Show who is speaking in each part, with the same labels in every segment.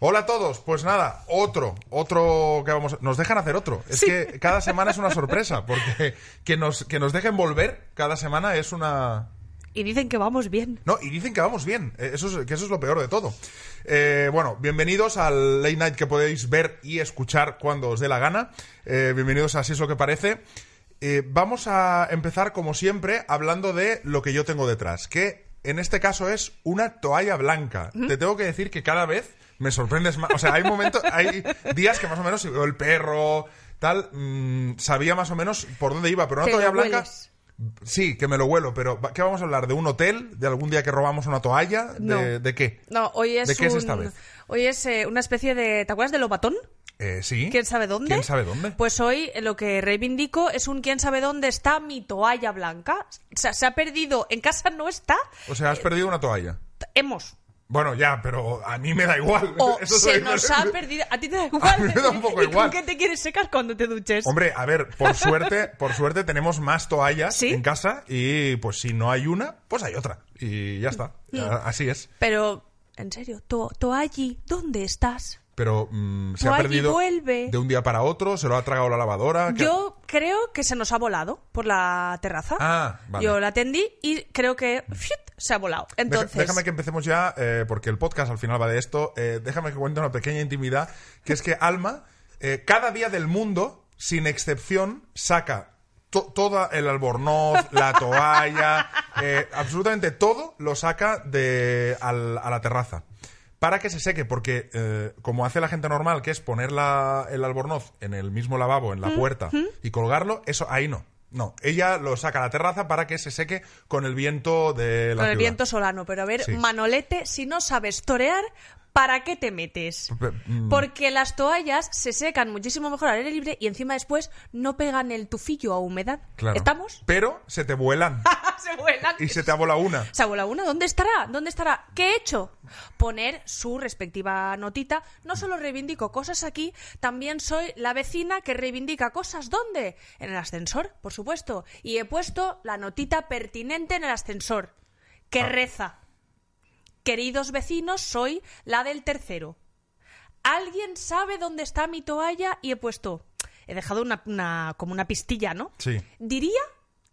Speaker 1: Hola a todos, pues nada, otro, otro que vamos, a- nos dejan hacer otro. Es que cada semana es una sorpresa, porque que nos, que nos dejen volver cada semana es una,
Speaker 2: Y dicen que vamos bien.
Speaker 1: no, y dicen que vamos bien. Eh, Eso es, que eso es lo peor de todo. Eh, bueno, bienvenidos al Late Night que podéis ver y escuchar cuando os dé la gana. Eh, bienvenidos a Así es lo que parece. Eh, vamos a empezar, como siempre, hablando de lo que yo tengo detrás, que en este caso es una toalla blanca. Te tengo que decir que cada vez me sorprendes más. O sea, hay momentos, hay días que más o menos si veo el perro, tal, mm, sabía más o menos por dónde iba, pero una
Speaker 2: Te
Speaker 1: toalla
Speaker 2: lo
Speaker 1: blanca.
Speaker 2: hueles.
Speaker 1: Sí, que me lo huelo, pero ¿va- ¿qué vamos a hablar? ¿De un hotel? ¿De algún día que robamos una toalla? ¿De,
Speaker 2: No.
Speaker 1: de qué?
Speaker 2: No, hoy es
Speaker 1: ¿De qué es
Speaker 2: un-
Speaker 1: esta vez?
Speaker 2: Hoy es eh, una especie de... ¿Te acuerdas de lo batón?
Speaker 1: Eh, sí.
Speaker 2: ¿Quién sabe dónde?
Speaker 1: ¿Quién sabe dónde?
Speaker 2: Pues hoy eh, lo que reivindico es un quién sabe dónde está mi toalla blanca. O sea, se ha perdido. En casa no está.
Speaker 1: o sea, has perdido una toalla.
Speaker 2: T- Hemos.
Speaker 1: Bueno, ya, pero a mí me da igual.
Speaker 2: O
Speaker 1: Eso
Speaker 2: se
Speaker 1: soy-
Speaker 2: nos ha perdido. A ti te da igual.
Speaker 1: A mí me da un poco
Speaker 2: ¿Y
Speaker 1: igual.
Speaker 2: con qué te quieres secar cuando te duches?
Speaker 1: Hombre, a ver, por suerte, por suerte tenemos más toallas
Speaker 2: ¿Sí?
Speaker 1: en casa y pues si no hay una, pues hay otra. Y ya está. Ya, así es.
Speaker 2: Pero, en serio, to Toalli, ¿dónde estás?
Speaker 1: Pero mm, se ha
Speaker 2: Toalli,
Speaker 1: perdido
Speaker 2: vuelve.
Speaker 1: de un día para otro, se lo ha tragado la lavadora. ¿qué-
Speaker 2: Yo creo que se nos ha volado por la terraza.
Speaker 1: Ah, vale.
Speaker 2: Yo la atendí y creo que ¡fiut! se ha volado.
Speaker 1: Deja-
Speaker 2: Entonces,
Speaker 1: déjame que empecemos ya, eh, porque el podcast al final va de esto. eh, déjame que cuente una pequeña intimidad, que es que Alma, eh, cada día del mundo, sin excepción, saca to- todo el albornoz, la toalla, eh, absolutamente todo lo saca de, al- a la terraza. Para que se seque, porque eh, como hace la gente normal, que es poner la- el albornoz en el mismo lavabo, en la puerta, y colgarlo, eso ahí no. No, ella lo saca a la terraza para que se seque con el viento de la
Speaker 2: con el
Speaker 1: ciudad.
Speaker 2: viento solano, pero a ver,
Speaker 1: Sí.
Speaker 2: Manolete, si no sabes torear, ¿para qué te metes?
Speaker 1: Pe- mm.
Speaker 2: Porque las toallas se secan muchísimo mejor al aire libre y encima después no pegan el tufillo a humedad.
Speaker 1: Claro.
Speaker 2: ¿Estamos?
Speaker 1: Pero se te vuelan
Speaker 2: se vuelan.
Speaker 1: y se te ha volado una.
Speaker 2: Se ha volado una. ¿Dónde estará? ¿Dónde estará? ¿Qué he hecho? Poner su respectiva notita. No solo reivindico cosas aquí, también soy la vecina que reivindica cosas. ¿Dónde? En el ascensor, por supuesto. Y he puesto la notita pertinente en el ascensor, que reza. Queridos vecinos, soy la del tercero. Alguien sabe dónde está mi toalla y he puesto. He dejado una, una- como una pistilla, ¿no?
Speaker 1: Sí.
Speaker 2: Diría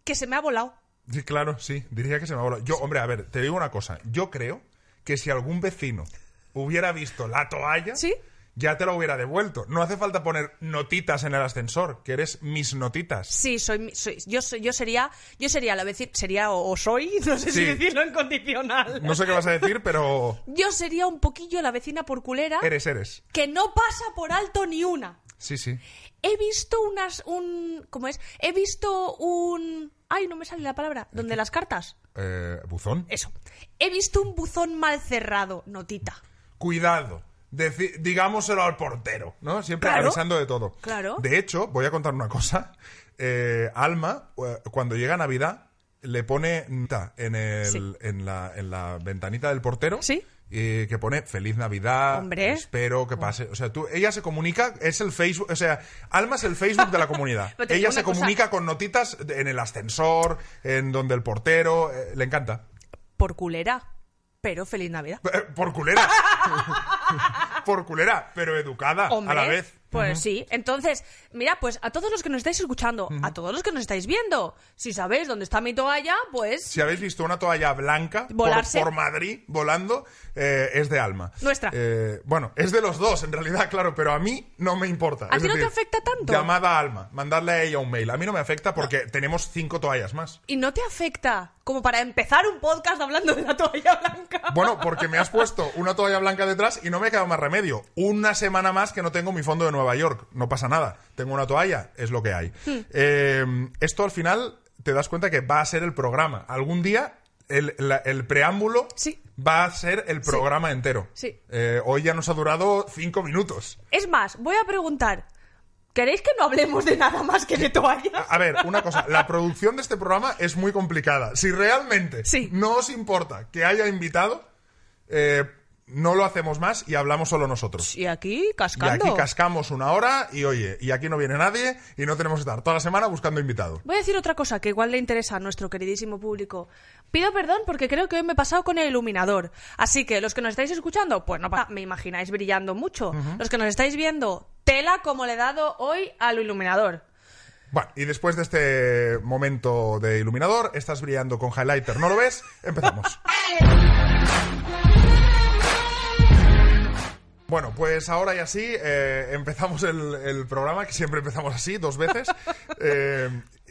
Speaker 2: que se me ha volado.
Speaker 1: Sí, claro, sí. Diría que se me ha volado. Yo, hombre, a ver, te digo una cosa. Yo creo que si algún vecino hubiera visto la toalla,
Speaker 2: ¿Sí?
Speaker 1: ya te la hubiera devuelto. No hace falta poner notitas en el ascensor, que eres mis notitas.
Speaker 2: Sí, soy, mi- soy- yo soy- yo sería yo sería la vecina sería o, o soy, no sé
Speaker 1: Sí.
Speaker 2: si decirlo en condicional.
Speaker 1: No sé qué vas a decir, pero
Speaker 2: Yo sería un poquillo la vecina por culera
Speaker 1: eres, eres.
Speaker 2: que no pasa por alto ni una.
Speaker 1: Sí, sí.
Speaker 2: He visto unas un ¿cómo es? He visto un ay, no me sale la palabra, donde las cartas.
Speaker 1: Eh, buzón.
Speaker 2: Eso. He visto un buzón mal cerrado, notita.
Speaker 1: cuidado. deci- digámoselo al portero, ¿no? Siempre
Speaker 2: Claro.
Speaker 1: avisando de todo.
Speaker 2: Claro.
Speaker 1: De hecho, voy a contar una cosa. Eh, Alma, eh, cuando llega Navidad, le pone nota en, el-
Speaker 2: Sí.
Speaker 1: en, la, en la ventanita del portero.
Speaker 2: Sí.
Speaker 1: Y que pone feliz Navidad,
Speaker 2: Hombre.
Speaker 1: espero que pase. O sea, tú, ella se comunica, es el Facebook, o sea, Alma es el Facebook de la comunidad.
Speaker 2: Pero te digo
Speaker 1: ella
Speaker 2: una
Speaker 1: se
Speaker 2: cosa.
Speaker 1: comunica con notitas de- en el ascensor, en donde el portero, eh, le encanta.
Speaker 2: Por culera, pero feliz Navidad.
Speaker 1: Eh, Por culera. Por culera, pero educada
Speaker 2: Hombre,
Speaker 1: a la vez.
Speaker 2: Pues sí. Entonces, mira, pues a todos los que nos estáis escuchando, a todos los que nos estáis viendo, si sabéis dónde está mi toalla, pues
Speaker 1: Si habéis visto una toalla blanca por,
Speaker 2: Volarse.
Speaker 1: por Madrid volando, eh, es de alma.
Speaker 2: Nuestra.
Speaker 1: Eh, bueno, es de los dos, en realidad, claro, pero a mí no me importa.
Speaker 2: ¿A
Speaker 1: Es
Speaker 2: ti no te
Speaker 1: decir,
Speaker 2: afecta tanto?
Speaker 1: Llamada a alma, mandarle a ella un mail. A mí no me afecta porque tenemos cinco toallas más.
Speaker 2: y no te afecta como para empezar un podcast hablando de la toalla blanca.
Speaker 1: Bueno, porque me has puesto una toalla blanca detrás y no me ha quedado más remedio. Una semana más que no tengo mi fondo de Nueva York. No pasa nada. Tengo una toalla, es lo que
Speaker 2: Hmm.
Speaker 1: hay. Eh, esto al final te das cuenta que va a ser el programa. Algún día el, la- el preámbulo
Speaker 2: Sí.
Speaker 1: va a ser el programa entero.
Speaker 2: Sí.
Speaker 1: Eh, hoy ya nos ha durado cinco minutos.
Speaker 2: Es más, voy a preguntar. ¿Queréis que no hablemos de nada más que de toallas?
Speaker 1: A a ver, una cosa, la producción de este programa es muy complicada. Si realmente
Speaker 2: Sí.
Speaker 1: no os importa que haya invitado, eh, no lo hacemos más y hablamos solo nosotros.
Speaker 2: Y aquí
Speaker 1: Y
Speaker 2: cascando.
Speaker 1: aquí cascamos una hora y oye, y aquí no viene nadie y no tenemos que estar toda la semana buscando invitado.
Speaker 2: Voy a decir otra cosa que igual le interesa a nuestro queridísimo público. Pido perdón porque creo que hoy me he pasado con el iluminador. Así que los que nos estáis escuchando, pues no pasa- me imagináis brillando mucho. Los que nos estáis viendo, tela como le he dado hoy al iluminador.
Speaker 1: Bueno, y después de este momento de iluminador, estás brillando con highlighter, ¿no lo ves? Empezamos. Bueno, pues ahora y así eh, empezamos el, el programa, que siempre empezamos así, dos veces. Eh,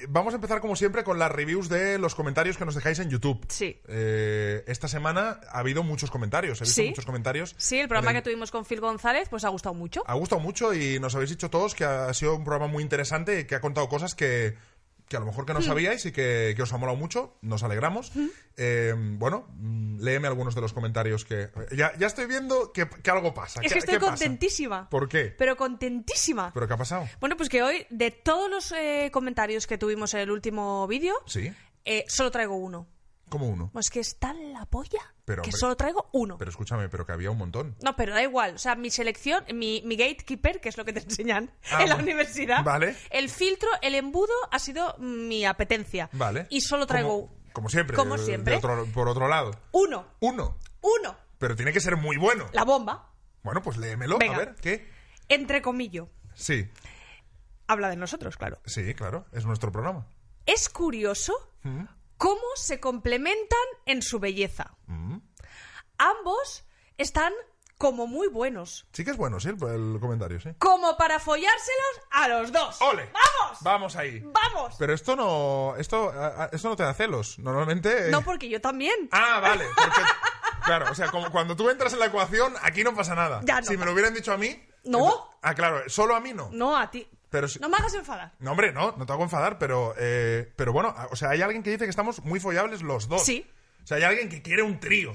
Speaker 1: vamos a empezar, como siempre, con las reviews de los comentarios que nos dejáis en YouTube.
Speaker 2: Sí.
Speaker 1: Eh, esta semana ha habido muchos comentarios, he visto
Speaker 2: Sí.
Speaker 1: muchos comentarios.
Speaker 2: Sí, el programa
Speaker 1: En
Speaker 2: que tuvimos con Phil González, pues ha gustado mucho.
Speaker 1: ha gustado mucho y nos habéis dicho todos que ha sido un programa muy interesante y que ha contado cosas que, que a lo mejor que no
Speaker 2: Hmm.
Speaker 1: sabíais y que, que os ha molado mucho. Nos alegramos. Eh, bueno, mm, léeme algunos de los comentarios que... Ya, ya estoy viendo que, que algo pasa.
Speaker 2: Es
Speaker 1: ¿Qué-
Speaker 2: que estoy
Speaker 1: qué pasa?
Speaker 2: contentísima.
Speaker 1: ¿Por qué?
Speaker 2: Pero contentísima.
Speaker 1: ¿Pero qué ha pasado?
Speaker 2: Bueno, pues que hoy, de todos los eh, comentarios que tuvimos en el último vídeo,
Speaker 1: Sí,
Speaker 2: eh, solo traigo uno.
Speaker 1: como uno.
Speaker 2: Pues que es tan la polla
Speaker 1: Pero,
Speaker 2: que
Speaker 1: hombre.
Speaker 2: solo traigo uno.
Speaker 1: Pero escúchame, pero que había un montón.
Speaker 2: No, pero da igual. O sea, mi selección, mi, mi gatekeeper, que es lo que te enseñan
Speaker 1: Ah,
Speaker 2: en la
Speaker 1: bueno.
Speaker 2: universidad.
Speaker 1: Vale.
Speaker 2: El filtro, el embudo ha sido mi apetencia.
Speaker 1: Vale.
Speaker 2: Y solo traigo
Speaker 1: Como, como siempre.
Speaker 2: Como
Speaker 1: de- de
Speaker 2: siempre.
Speaker 1: otro- por otro lado.
Speaker 2: uno.
Speaker 1: Uno.
Speaker 2: Uno.
Speaker 1: Pero tiene que ser muy bueno.
Speaker 2: La bomba.
Speaker 1: Bueno, pues léemelo.
Speaker 2: Venga.
Speaker 1: A ver, ¿qué?
Speaker 2: Entre comillas.
Speaker 1: Sí,
Speaker 2: Habla de nosotros, claro.
Speaker 1: sí, claro. Es nuestro programa.
Speaker 2: Es curioso
Speaker 1: ¿Mm?
Speaker 2: cómo se complementan en su belleza.
Speaker 1: ¿Mm?
Speaker 2: Ambos están como muy buenos.
Speaker 1: Sí que es bueno, sí, el, el comentario, sí.
Speaker 2: Como para follárselos a los dos.
Speaker 1: ¡Ole!
Speaker 2: ¡Vamos!
Speaker 1: Vamos ahí.
Speaker 2: ¡Vamos!
Speaker 1: Pero esto no. Esto, a- a- esto no te da celos. Normalmente. eh,
Speaker 2: No, porque yo también.
Speaker 1: Ah, vale. porque- claro, o sea, como cuando tú entras en la ecuación, aquí no pasa nada.
Speaker 2: Ya no
Speaker 1: si me
Speaker 2: pasa.
Speaker 1: lo hubieran dicho a mí.
Speaker 2: No.
Speaker 1: entonces- Ah, claro, solo a mí no.
Speaker 2: No, a ti.
Speaker 1: Pero si-
Speaker 2: No me hagas enfadar.
Speaker 1: No, hombre, no, no te hago enfadar, pero, eh, pero bueno, a- o sea, hay alguien que dice que estamos muy follables los dos.
Speaker 2: Sí.
Speaker 1: O sea, hay alguien que quiere un trío.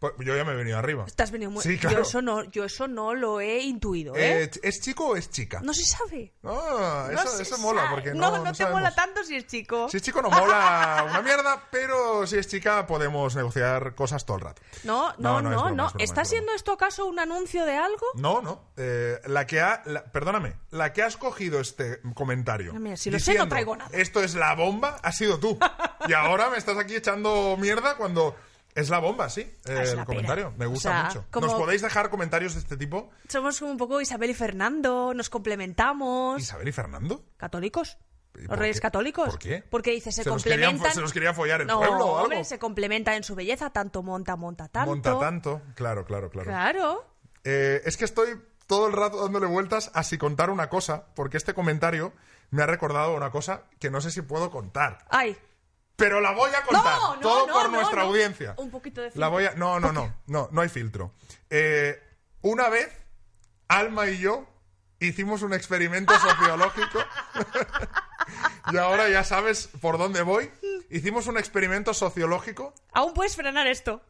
Speaker 1: Pues yo ya me he venido arriba.
Speaker 2: Te has venido muy...
Speaker 1: Sí, claro.
Speaker 2: yo, eso no, yo eso no lo he intuido, ¿eh?
Speaker 1: Eh, ¿Es chico o es chica?
Speaker 2: No se sabe.
Speaker 1: Ah,
Speaker 2: No
Speaker 1: eso,
Speaker 2: se
Speaker 1: eso mola,
Speaker 2: sabe.
Speaker 1: porque
Speaker 2: no...
Speaker 1: no.
Speaker 2: No, te mola
Speaker 1: sabemos.
Speaker 2: tanto si es chico.
Speaker 1: Si es chico no mola una mierda, pero si es chica podemos negociar cosas todo el rato.
Speaker 2: No, no,
Speaker 1: es broma,
Speaker 2: no, no.
Speaker 1: es broma,
Speaker 2: ¿Está
Speaker 1: es broma.
Speaker 2: siendo esto acaso un anuncio de algo?
Speaker 1: No, no. Eh, la que ha... la- perdóname, la que has cogido este comentario.
Speaker 2: Mira, si lo sé, no traigo nada.
Speaker 1: Esto es la bomba, has sido tú. y ahora me estás aquí echando mierda cuando... Es la bomba, sí. eh,
Speaker 2: Ah, es
Speaker 1: el
Speaker 2: la
Speaker 1: comentario.
Speaker 2: pera.
Speaker 1: Me
Speaker 2: O
Speaker 1: gusta
Speaker 2: sea,
Speaker 1: mucho.
Speaker 2: como-
Speaker 1: Nos podéis dejar comentarios de este tipo.
Speaker 2: Somos como un poco Isabel y Fernando, nos complementamos.
Speaker 1: Isabel y Fernando.
Speaker 2: ¿Católicos?
Speaker 1: ¿Y
Speaker 2: Pues ¿Los
Speaker 1: por
Speaker 2: reyes
Speaker 1: qué?
Speaker 2: católicos?
Speaker 1: ¿Por qué?
Speaker 2: Porque dice, se,
Speaker 1: Se los querían-
Speaker 2: complementan...
Speaker 1: se los quería follar el
Speaker 2: no,
Speaker 1: pueblo o algo.
Speaker 2: hombre, se complementan en su belleza, tanto monta, monta tanto.
Speaker 1: Monta tanto. Claro, claro, claro.
Speaker 2: Claro.
Speaker 1: Eh, es que estoy todo el rato dándole vueltas a si contar una cosa, porque este comentario me ha recordado una cosa que no sé si puedo contar.
Speaker 2: Ay,
Speaker 1: Pero la voy a contar.
Speaker 2: No, no,
Speaker 1: todo
Speaker 2: no,
Speaker 1: por
Speaker 2: no,
Speaker 1: nuestra
Speaker 2: no.
Speaker 1: audiencia.
Speaker 2: Un poquito de
Speaker 1: La
Speaker 2: filtro.
Speaker 1: voy a... No, no, no. No, no hay filtro. Eh, una vez, Alma y yo hicimos un experimento sociológico. y ahora ya sabes por dónde voy. Hicimos un experimento sociológico
Speaker 2: aún puedes frenar esto.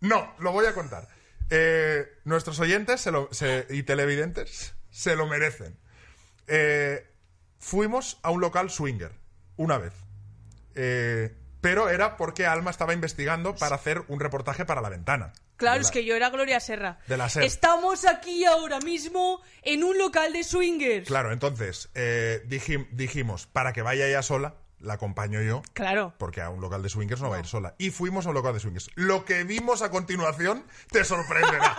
Speaker 1: no, lo voy a contar. Eh, nuestros oyentes se lo- se- y televidentes se lo merecen. Eh, fuimos a un local swinger una vez. Eh, pero era porque Alma estaba investigando para hacer un reportaje para la ventana.
Speaker 2: Claro,
Speaker 1: De
Speaker 2: es
Speaker 1: la-
Speaker 2: que yo era Gloria Serra.
Speaker 1: De la Ser.
Speaker 2: Estamos aquí ahora mismo en un local de swingers.
Speaker 1: Claro, entonces eh, dijim- dijimos, para que vaya ella sola, la acompaño yo.
Speaker 2: Claro.
Speaker 1: Porque a un local de swingers no va a ir sola. Y fuimos a un local de swingers. Lo que vimos a continuación te sorprenderá.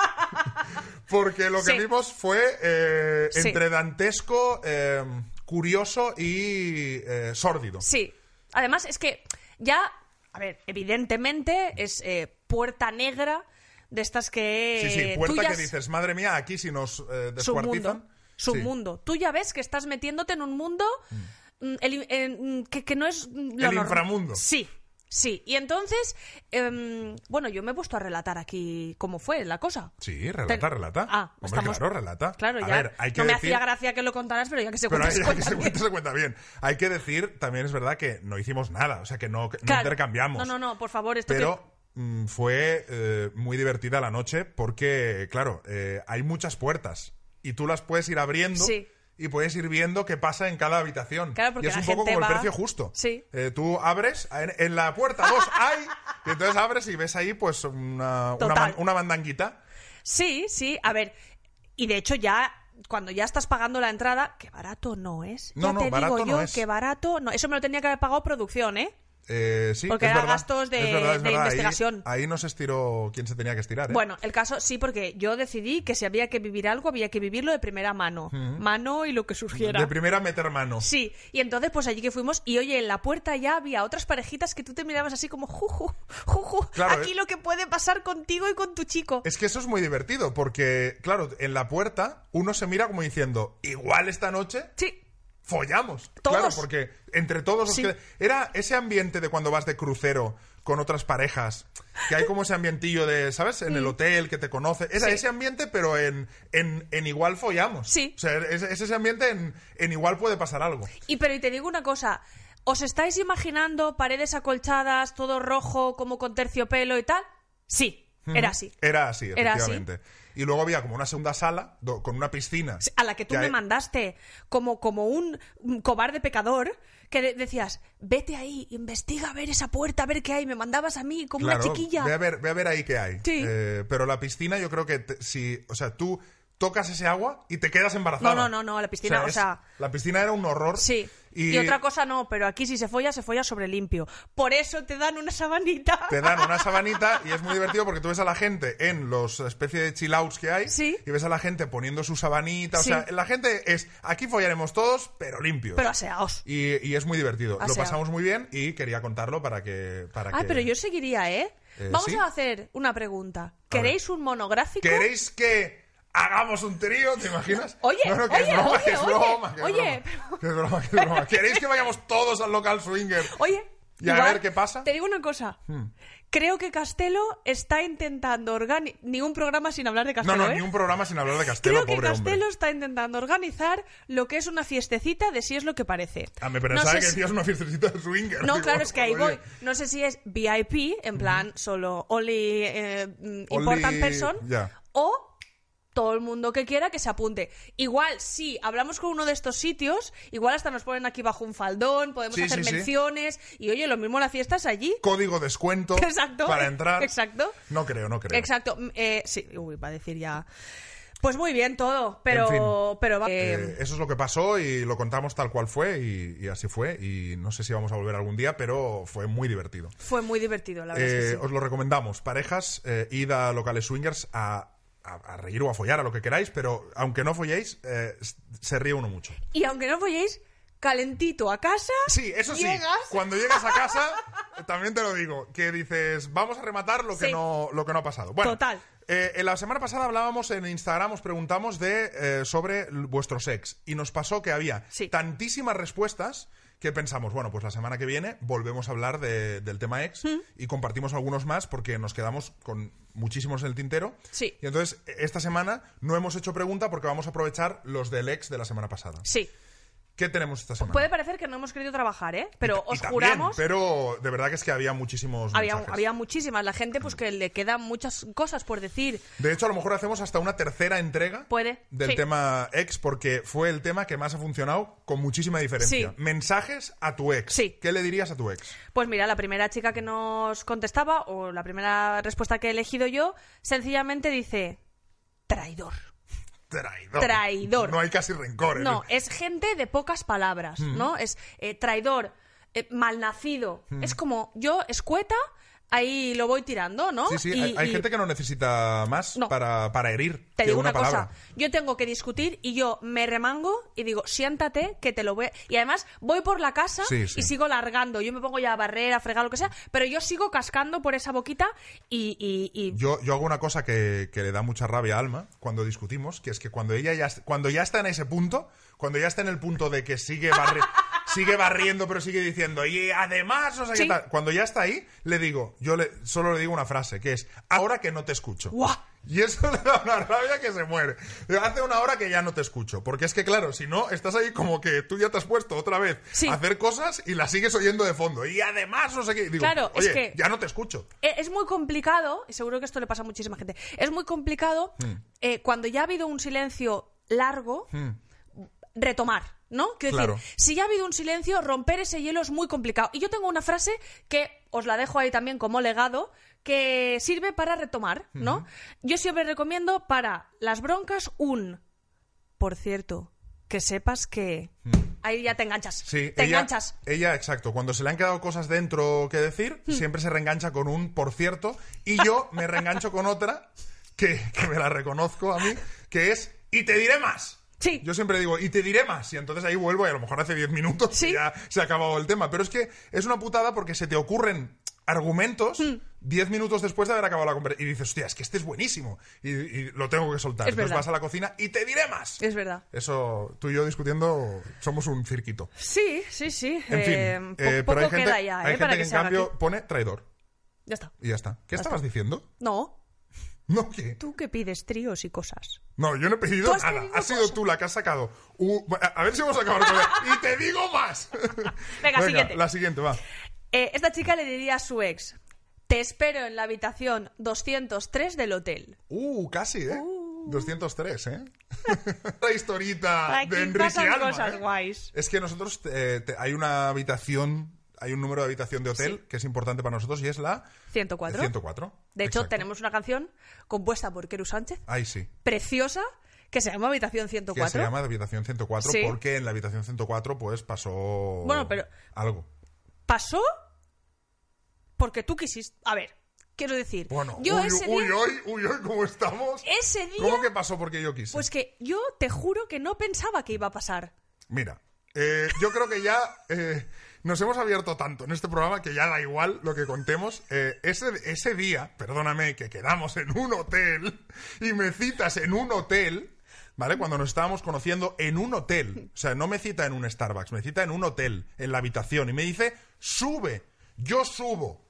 Speaker 1: porque lo que
Speaker 2: Sí.
Speaker 1: vimos fue eh,
Speaker 2: Sí.
Speaker 1: entre dantesco, eh, curioso y eh, sórdido.
Speaker 2: Sí. Además, es que ya, a ver, evidentemente es eh, puerta negra de estas que.
Speaker 1: sí, sí,
Speaker 2: eh,
Speaker 1: puerta
Speaker 2: tú ya
Speaker 1: que
Speaker 2: s-
Speaker 1: dices, madre mía, aquí si nos eh,
Speaker 2: Submundo.
Speaker 1: descuartizan. Sí.
Speaker 2: Submundo. Tú ya ves que estás metiéndote en un mundo mm, el- en- que, que no es. mm, lo
Speaker 1: El
Speaker 2: norm-
Speaker 1: inframundo.
Speaker 2: Sí. Sí, y entonces, em, bueno, yo me he puesto a relatar aquí cómo fue la cosa.
Speaker 1: Sí, relata,
Speaker 2: Ten-
Speaker 1: relata.
Speaker 2: Ah,
Speaker 1: Hombre,
Speaker 2: estamos-
Speaker 1: claro, relata.
Speaker 2: Claro,
Speaker 1: A
Speaker 2: ya.
Speaker 1: ver, hay que
Speaker 2: no me
Speaker 1: decir-
Speaker 2: hacía gracia que lo contaras, pero ya que se
Speaker 1: Pero
Speaker 2: cuenta, pues, se
Speaker 1: hay- que se
Speaker 2: cuenta bien.
Speaker 1: cuenta, se cuenta bien. Hay que decir, también es verdad que no hicimos nada, o sea, que no, que no
Speaker 2: Claro.
Speaker 1: intercambiamos.
Speaker 2: No, no, no, por favor, esto
Speaker 1: Pero mm, fue eh, muy divertida la noche porque, claro, eh, hay muchas puertas y tú las puedes ir abriendo.
Speaker 2: Sí.
Speaker 1: Y puedes ir viendo qué pasa en cada habitación.
Speaker 2: Claro, porque
Speaker 1: y es
Speaker 2: la
Speaker 1: un poco
Speaker 2: gente
Speaker 1: como el
Speaker 2: va-
Speaker 1: precio justo.
Speaker 2: Sí.
Speaker 1: Eh, tú abres, en, en la puerta dos hay, y entonces abres y ves ahí pues una, una,
Speaker 2: Total.
Speaker 1: man- una mandanguita.
Speaker 2: Sí, sí, a ver, y de hecho ya cuando ya estás pagando la entrada, que barato no es.
Speaker 1: No,
Speaker 2: ya
Speaker 1: no,
Speaker 2: te
Speaker 1: barato
Speaker 2: digo
Speaker 1: no
Speaker 2: yo
Speaker 1: es.
Speaker 2: que barato no, eso me lo tenía que haber pagado producción, ¿eh?
Speaker 1: Eh, sí,
Speaker 2: Porque
Speaker 1: es
Speaker 2: era
Speaker 1: verdad.
Speaker 2: gastos de-
Speaker 1: Es verdad, es
Speaker 2: de
Speaker 1: verdad. Ahí-
Speaker 2: investigación.
Speaker 1: Ahí, no se estiró quién se tenía que estirar. ¿eh?
Speaker 2: Bueno, el caso sí, porque yo decidí que si había que vivir algo, había que vivirlo de primera mano. Mano y lo que surgiera.
Speaker 1: de primera meter mano.
Speaker 2: Sí, y entonces pues allí que fuimos y oye, en la puerta ya había otras parejitas que tú te mirabas así como, juju, juju,
Speaker 1: Claro,
Speaker 2: aquí
Speaker 1: eh.
Speaker 2: lo que puede pasar contigo y con tu chico.
Speaker 1: Es que eso es muy divertido, porque, claro, en la puerta uno se mira como diciendo, igual esta noche
Speaker 2: Sí,
Speaker 1: follamos.
Speaker 2: Todos.
Speaker 1: Claro, porque entre todos los
Speaker 2: Sí.
Speaker 1: que- Era ese ambiente de cuando vas de crucero con otras parejas, que hay como ese ambientillo de, ¿sabes? En el hotel que te conoce. Era
Speaker 2: Mm. Sí.
Speaker 1: ese ambiente, pero en, en, en igual follamos.
Speaker 2: Sí.
Speaker 1: O sea, es, es ese ambiente en, en igual puede pasar algo.
Speaker 2: Y pero y te digo una cosa, ¿os estáis imaginando paredes acolchadas, todo rojo, como con terciopelo y tal? Sí, era así.
Speaker 1: Era así,
Speaker 2: Era así.
Speaker 1: efectivamente. Y luego había como una segunda sala do- con una piscina.
Speaker 2: A la que tú
Speaker 1: Que
Speaker 2: me
Speaker 1: hay-
Speaker 2: mandaste como, como un, un cobarde pecador que de- decías, vete ahí, investiga a ver esa puerta, a ver qué hay. Me mandabas a mí como una
Speaker 1: Claro,
Speaker 2: chiquilla.
Speaker 1: Ve a ver, ve a ver ahí qué hay.
Speaker 2: Sí.
Speaker 1: Eh, pero la piscina, yo creo que te- si. O sea, tú tocas ese agua y te quedas
Speaker 2: No,
Speaker 1: embarazada.
Speaker 2: no, no, no, la piscina, o
Speaker 1: es-
Speaker 2: sea...
Speaker 1: La piscina era un horror.
Speaker 2: Sí, y... otra cosa no, pero aquí si se folla, se folla sobre limpio. Por eso te dan una sabanita.
Speaker 1: Te dan una sabanita y es muy divertido porque tú ves a la gente en los especie de chill outs que hay
Speaker 2: Sí.
Speaker 1: y ves a la gente poniendo su sabanita. O
Speaker 2: Sí.
Speaker 1: sea, la gente es aquí follaremos todos, pero limpios.
Speaker 2: Pero aseaos.
Speaker 1: y, y es muy divertido. Lo
Speaker 2: Aseado.
Speaker 1: pasamos muy bien y quería contarlo para que. Para
Speaker 2: Ah,
Speaker 1: que-
Speaker 2: pero yo seguiría, ¿eh?
Speaker 1: Eh,
Speaker 2: Vamos
Speaker 1: ¿sí?
Speaker 2: a hacer una pregunta. ¿Queréis un monográfico?
Speaker 1: ¿Queréis que hagamos un trío? ¿Te imaginas?
Speaker 2: Oye,
Speaker 1: que es
Speaker 2: oye,
Speaker 1: broma,
Speaker 2: oye,
Speaker 1: que es
Speaker 2: oye,
Speaker 1: broma, que es
Speaker 2: oye,
Speaker 1: broma,
Speaker 2: pero-
Speaker 1: que es broma, que es broma. ¿Queréis que vayamos todos al local swinger?
Speaker 2: Oye.
Speaker 1: Y a
Speaker 2: igual,
Speaker 1: ver qué pasa. Hmm.
Speaker 2: Te digo una cosa. Creo que Castelo está intentando organizar. Ningún programa sin hablar de
Speaker 1: No,
Speaker 2: Castelo,
Speaker 1: no,
Speaker 2: ¿eh?
Speaker 1: ni un programa sin hablar de Castelo,
Speaker 2: Creo que
Speaker 1: pobre
Speaker 2: Castelo
Speaker 1: hombre.
Speaker 2: está intentando organizar lo que es una fiestecita de si es lo que parece.
Speaker 1: Ah, me
Speaker 2: No
Speaker 1: pensaba
Speaker 2: sé
Speaker 1: que
Speaker 2: si-
Speaker 1: decías una fiestecita de swinger.
Speaker 2: No,
Speaker 1: Digo,
Speaker 2: claro, es que ahí
Speaker 1: oye,
Speaker 2: voy. No sé si es VIP, en plan solo only eh, mm, important person,
Speaker 1: ya.
Speaker 2: o todo el mundo que quiera que se apunte. Igual, si hablamos con uno de estos sitios, igual hasta nos ponen aquí bajo un faldón, podemos
Speaker 1: Sí,
Speaker 2: hacer
Speaker 1: sí, sí.
Speaker 2: menciones, y oye, lo mismo la fiesta es allí.
Speaker 1: Código descuento
Speaker 2: Exacto,
Speaker 1: para entrar.
Speaker 2: exacto.
Speaker 1: No creo, no creo.
Speaker 2: Exacto. mm, eh, sí, uy, va a decir ya... Pues muy bien todo, pero...
Speaker 1: En fin.
Speaker 2: pero va-
Speaker 1: Eh, eso es lo que pasó y lo contamos tal cual fue y, y así fue. Y no sé si vamos a volver algún día, pero fue muy divertido.
Speaker 2: fue muy divertido, la verdad. es que
Speaker 1: Eh,
Speaker 2: sí.
Speaker 1: Os lo recomendamos. Parejas, eh, id a locales swingers a, a- a reír o a follar, a lo que queráis, pero aunque no folléis, eh, s- se ríe uno mucho.
Speaker 2: Y aunque no folléis, calentito a casa...
Speaker 1: Sí, eso sí.
Speaker 2: Llegas.
Speaker 1: Cuando llegas a casa, también te lo digo, que dices, vamos a rematar lo que,
Speaker 2: Sí.
Speaker 1: no, lo que no ha pasado. Bueno,
Speaker 2: Total.
Speaker 1: eh, en la semana pasada hablábamos en Instagram, os preguntamos de eh, sobre l- vuestro sex y nos pasó que había
Speaker 2: Sí.
Speaker 1: tantísimas respuestas que pensamos, bueno, pues la semana que viene volvemos a hablar de- del tema ex y compartimos algunos más porque nos quedamos con muchísimos en el tintero.
Speaker 2: Sí.
Speaker 1: Y entonces, e- esta semana no hemos hecho pregunta porque vamos a aprovechar los del ex de la semana pasada.
Speaker 2: Sí.
Speaker 1: ¿Qué tenemos esta semana?
Speaker 2: Puede parecer que no hemos querido trabajar, ¿eh? Pero
Speaker 1: Y
Speaker 2: os
Speaker 1: también,
Speaker 2: juramos.
Speaker 1: Pero de verdad que es que había muchísimos
Speaker 2: Había,
Speaker 1: mensajes.
Speaker 2: había muchísimas. La gente, pues que le quedan muchas cosas por decir.
Speaker 1: De hecho, a lo mejor hacemos hasta una tercera entrega
Speaker 2: Puede,
Speaker 1: del
Speaker 2: sí.
Speaker 1: tema ex, porque fue el tema que más ha funcionado con muchísima diferencia.
Speaker 2: Sí.
Speaker 1: Mensajes a tu ex.
Speaker 2: Sí.
Speaker 1: ¿Qué le dirías a tu ex?
Speaker 2: Pues mira, la primera chica que nos contestaba, o la primera respuesta que he elegido yo, sencillamente dice: traidor.
Speaker 1: Traidor.
Speaker 2: Traidor.
Speaker 1: No hay casi rencores.
Speaker 2: No, es gente de pocas palabras,
Speaker 1: Mm.
Speaker 2: ¿no? Es eh, traidor, eh, malnacido.
Speaker 1: Mm.
Speaker 2: Es como yo, escueta, ahí lo voy tirando, ¿eh? ¿no?
Speaker 1: Sí, sí,
Speaker 2: Y-
Speaker 1: hay, hay
Speaker 2: y-
Speaker 1: gente que no necesita más
Speaker 2: No.
Speaker 1: para, para herir.
Speaker 2: Te
Speaker 1: que
Speaker 2: digo una,
Speaker 1: palabra.
Speaker 2: cosa, yo tengo que discutir y yo me remango y digo, siéntate que te lo voy. a-". Y además voy por la casa
Speaker 1: Sí, sí.
Speaker 2: y sigo largando. Yo me pongo ya a barrer, a fregar, lo que sea, pero yo sigo cascando por esa boquita y. y- y-
Speaker 1: Yo, yo hago una cosa que, que le da mucha rabia a Alma cuando discutimos, que es que cuando ella ya, cuando ya está en ese punto, cuando ya está en el punto de que sigue barri- sigue barriendo, pero sigue diciendo, y además, no sé
Speaker 2: Sí.
Speaker 1: qué tal. Cuando ya está ahí, le digo, yo le, solo le digo una frase, que es, ahora que no te escucho.
Speaker 2: ¡Guau!
Speaker 1: Y eso le da una rabia que se muere. Hace una hora que ya no te escucho. Porque es que, claro, si no, estás ahí como que tú ya te has puesto otra vez
Speaker 2: Sí.
Speaker 1: a hacer cosas y las sigues oyendo de fondo. Y además, no sé qué. Y Digo,
Speaker 2: Claro, es
Speaker 1: Oye,
Speaker 2: que-
Speaker 1: ya no te escucho.
Speaker 2: Eh, Es muy complicado, y seguro que esto le pasa a muchísima gente, es muy complicado
Speaker 1: Hmm.
Speaker 2: eh, cuando ya ha habido un silencio largo, retomar, ¿no? Quiero
Speaker 1: Claro.
Speaker 2: decir, si ya ha habido un silencio, romper ese hielo es muy complicado. Y yo tengo una frase que os la dejo ahí también como legado, que sirve para retomar,
Speaker 1: Hmm.
Speaker 2: ¿no? Yo siempre recomiendo para las broncas un, por cierto, que sepas que... Ahí ya te enganchas.
Speaker 1: Hmm. Sí, ella,
Speaker 2: te enganchas. Hmm.
Speaker 1: Ella, exacto. Cuando se le han quedado cosas dentro que decir, siempre se reengancha con un por cierto. Y yo me reengancho con otra que, que me la reconozco a mí, que es y te diré más.
Speaker 2: Sí.
Speaker 1: Yo siempre digo, y te diré más. Y entonces ahí vuelvo y a lo mejor hace 10 minutos
Speaker 2: Sí.
Speaker 1: y ya se ha acabado el tema. Pero es que es una putada porque se te ocurren argumentos
Speaker 2: Hmm.
Speaker 1: 10 minutos después de haber acabado la conversación. Y dices, hostia, es que este es buenísimo. Y, y lo tengo que soltar.
Speaker 2: Es
Speaker 1: entonces
Speaker 2: verdad.
Speaker 1: vas a la cocina y te diré más.
Speaker 2: Es verdad.
Speaker 1: Eso, tú y yo discutiendo, somos un cirquito.
Speaker 2: Sí, sí, sí.
Speaker 1: En
Speaker 2: eh,
Speaker 1: fin,
Speaker 2: po-
Speaker 1: eh,
Speaker 2: poco
Speaker 1: pero hay gente,
Speaker 2: queda ya,
Speaker 1: hay
Speaker 2: ¿eh?
Speaker 1: gente
Speaker 2: para
Speaker 1: que,
Speaker 2: que
Speaker 1: en
Speaker 2: se haga
Speaker 1: cambio
Speaker 2: aquí.
Speaker 1: pone traidor
Speaker 2: Ya está.
Speaker 1: y ya está. ¿Qué estabas diciendo?
Speaker 2: No,
Speaker 1: No, ¿qué?
Speaker 2: tú que pides tríos y cosas.
Speaker 1: No, yo no he
Speaker 2: Tú
Speaker 1: pedido
Speaker 2: has
Speaker 1: nada.
Speaker 2: pedido
Speaker 1: Has sido
Speaker 2: cosas.
Speaker 1: tú la que has sacado. u- a- a ver si hemos acabado con él. Y te digo más.
Speaker 2: siguiente.
Speaker 1: La siguiente, va.
Speaker 2: Eh, esta chica le diría a su ex, te espero en la habitación 203 del hotel.
Speaker 1: Uh, casi, ¿eh? 203, ¿eh? la historita
Speaker 2: Aquí
Speaker 1: de Ah, Enrique
Speaker 2: pasan
Speaker 1: Alma,
Speaker 2: cosas
Speaker 1: ¿eh?
Speaker 2: guays.
Speaker 1: Es que nosotros eh, te- hay una habitación, hay un número de habitación de hotel que es importante para nosotros y es la
Speaker 2: 104.
Speaker 1: 104.
Speaker 2: De hecho,
Speaker 1: Exacto.
Speaker 2: tenemos una canción compuesta por Keru Sánchez,
Speaker 1: Ahí sí.
Speaker 2: preciosa, que se llama Habitación
Speaker 1: que
Speaker 2: 104.
Speaker 1: se llama Habitación 104
Speaker 2: Sí.
Speaker 1: porque en la habitación 104 pues pasó
Speaker 2: Bueno, pero-
Speaker 1: algo.
Speaker 2: Pasó porque tú quisiste... A ver, quiero decir,
Speaker 1: Bueno,
Speaker 2: yo
Speaker 1: uy,
Speaker 2: ese
Speaker 1: uy,
Speaker 2: día...
Speaker 1: hoy, uy, hoy, ¿cómo estamos?
Speaker 2: Ese día...
Speaker 1: ¿Cómo que pasó porque yo quise?
Speaker 2: Pues que yo te juro que no pensaba que iba a pasar.
Speaker 1: Mira, eh, yo creo que ya eh, nos hemos abierto tanto en este programa que ya da igual lo que contemos. Eh, ese, ese día, perdóname, que quedamos en un hotel y me citas en un hotel, ¿vale? Cuando nos estábamos conociendo en un hotel. O sea, no me cita en un Starbucks, me cita en un hotel, en la habitación, y me dice, sube, yo subo.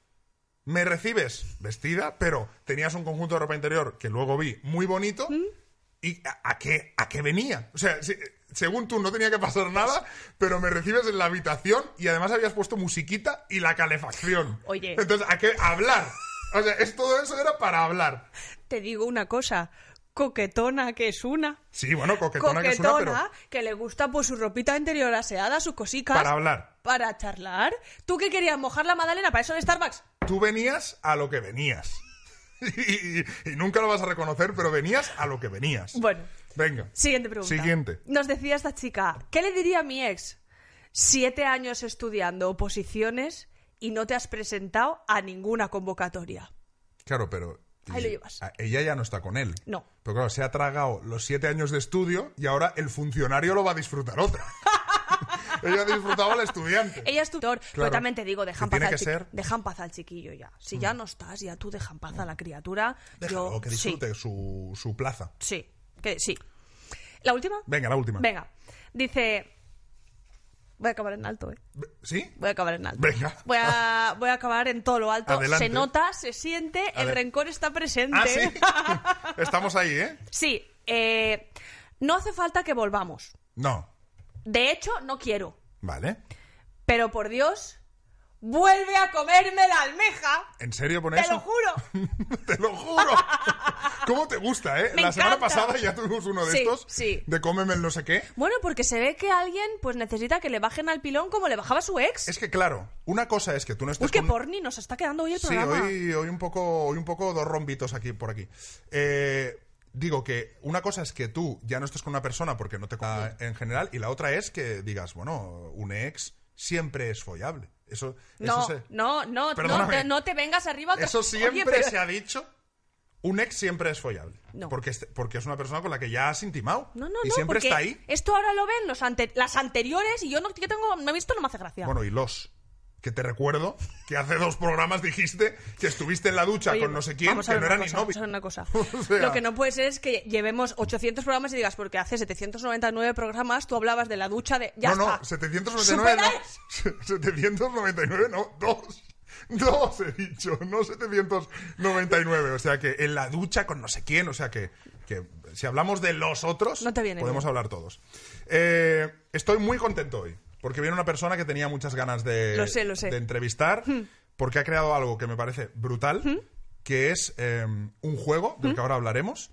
Speaker 1: Me recibes vestida, pero tenías un conjunto de ropa interior que luego vi muy bonito.
Speaker 2: ¿Mm?
Speaker 1: ¿Y a, a qué, a qué venía? O sea, si- según tú no tenía que pasar nada, pero me recibes en la habitación y además habías puesto musiquita y la calefacción.
Speaker 2: Oye.
Speaker 1: Entonces, ¿a qué hablar? O sea, es, todo eso era para hablar.
Speaker 2: Te digo una cosa, coquetona que es una.
Speaker 1: Sí, bueno, coquetona,
Speaker 2: Coquetona
Speaker 1: que suena, pero
Speaker 2: que le gusta pues su ropita interior aseada, sus cosicas.
Speaker 1: para hablar.
Speaker 2: Para charlar. ¿Tú qué querías? ¿Mojar la magdalena para eso en Starbucks?
Speaker 1: Tú venías a lo que venías. Y, y- y nunca lo vas a reconocer, pero venías a lo que venías.
Speaker 2: Bueno,
Speaker 1: Venga.
Speaker 2: siguiente pregunta.
Speaker 1: Siguiente.
Speaker 2: Nos decía esta chica, ¿qué le diría a mi ex? Siete años estudiando oposiciones y no te has presentado a ninguna convocatoria.
Speaker 1: Claro, pero.
Speaker 2: Ahí lo llevas.
Speaker 1: a- Ella ya no está con él.
Speaker 2: No.
Speaker 1: Pero claro, se ha tragado los siete años de estudio y ahora el funcionario lo va a disfrutar otra. ella disfrutaba al estudiante.
Speaker 2: Ella es tutor, pero
Speaker 1: Claro.
Speaker 2: también te digo, dejan
Speaker 1: Que tiene
Speaker 2: paz,
Speaker 1: que
Speaker 2: al chi-
Speaker 1: ser. Mm.
Speaker 2: dejan paz al chiquillo ya. Si ya no estás, ya tú dejan paz a la criatura.
Speaker 1: Déjalo,
Speaker 2: Yo,
Speaker 1: que
Speaker 2: sí,
Speaker 1: disfrute su, su plaza.
Speaker 2: sí, que sí. ¿La última?
Speaker 1: Venga, la última.
Speaker 2: Venga, dice. Voy a acabar en alto, ¿eh?
Speaker 1: ¿Sí?
Speaker 2: Voy a acabar en alto.
Speaker 1: Venga.
Speaker 2: Voy a, voy a acabar en todo lo alto.
Speaker 1: Adelante.
Speaker 2: Se nota, se siente, el
Speaker 1: Adel-
Speaker 2: rencor está presente.
Speaker 1: Ah, sí. Estamos ahí, ¿eh?
Speaker 2: Sí, eh, no hace falta que volvamos.
Speaker 1: No.
Speaker 2: De hecho, no quiero.
Speaker 1: Vale.
Speaker 2: Pero por Dios, vuelve a comerme la almeja.
Speaker 1: ¿En serio pone
Speaker 2: Te
Speaker 1: eso?
Speaker 2: lo juro.
Speaker 1: Te lo juro. ¿Cómo te gusta, eh?
Speaker 2: Me
Speaker 1: la semana
Speaker 2: encanta.
Speaker 1: pasada ya tuvimos uno de
Speaker 2: Sí,
Speaker 1: estos.
Speaker 2: sí.
Speaker 1: De cómeme el no sé qué.
Speaker 2: Bueno, porque se ve que alguien pues necesita que le bajen al pilón como le bajaba su ex.
Speaker 1: Es que, claro, una cosa es que tú no estés
Speaker 2: Uy, qué
Speaker 1: con-
Speaker 2: porni, nos está quedando hoy el
Speaker 1: Sí,
Speaker 2: este programa.
Speaker 1: hoy, hoy un poco, hoy un poco dos rombitos aquí por aquí. Eh, digo que una cosa es que tú ya no estés con una persona porque no te conviene
Speaker 2: Ah.
Speaker 1: en general, y la otra es que digas, bueno, un ex siempre es follable. Eso,
Speaker 2: No,
Speaker 1: eso se-
Speaker 2: no, no, no
Speaker 1: Perdóname.
Speaker 2: te, no te vengas arriba. otra-
Speaker 1: eso
Speaker 2: Oye,
Speaker 1: siempre
Speaker 2: pero-
Speaker 1: se ha dicho. Un ex siempre es follable.
Speaker 2: No.
Speaker 1: Porque, es, porque es una persona con la que ya has intimado.
Speaker 2: No, no,
Speaker 1: y
Speaker 2: no,
Speaker 1: siempre
Speaker 2: porque
Speaker 1: está ahí.
Speaker 2: Esto ahora lo ven los ante- las anteriores y yo no, yo tengo, no he visto, no me hace gracia.
Speaker 1: Bueno, y los. que te recuerdo que hace dos programas dijiste que estuviste en la ducha
Speaker 2: Oye,
Speaker 1: con no sé quién,
Speaker 2: vamos a
Speaker 1: que
Speaker 2: ver
Speaker 1: no
Speaker 2: una
Speaker 1: era ni
Speaker 2: cosa, vamos
Speaker 1: novio.
Speaker 2: a ver una cosa.
Speaker 1: O sea-
Speaker 2: Lo que no puede ser es que llevemos 800 programas y digas, porque hace 799 programas tú hablabas de la ducha de... Ya
Speaker 1: no,
Speaker 2: está.
Speaker 1: no, 799
Speaker 2: Supera
Speaker 1: no. 799 no, dos. Dos he dicho, no 799. O sea que en la ducha con no sé quién, o sea que, que si hablamos de los otros,
Speaker 2: No te viene
Speaker 1: podemos
Speaker 2: bien.
Speaker 1: hablar todos. Eh, estoy muy contento hoy, porque viene una persona que tenía muchas ganas de,
Speaker 2: Lo sé, lo sé.
Speaker 1: eh, de entrevistar, porque ha creado algo que me parece brutal, que es eh, un juego del que ahora hablaremos.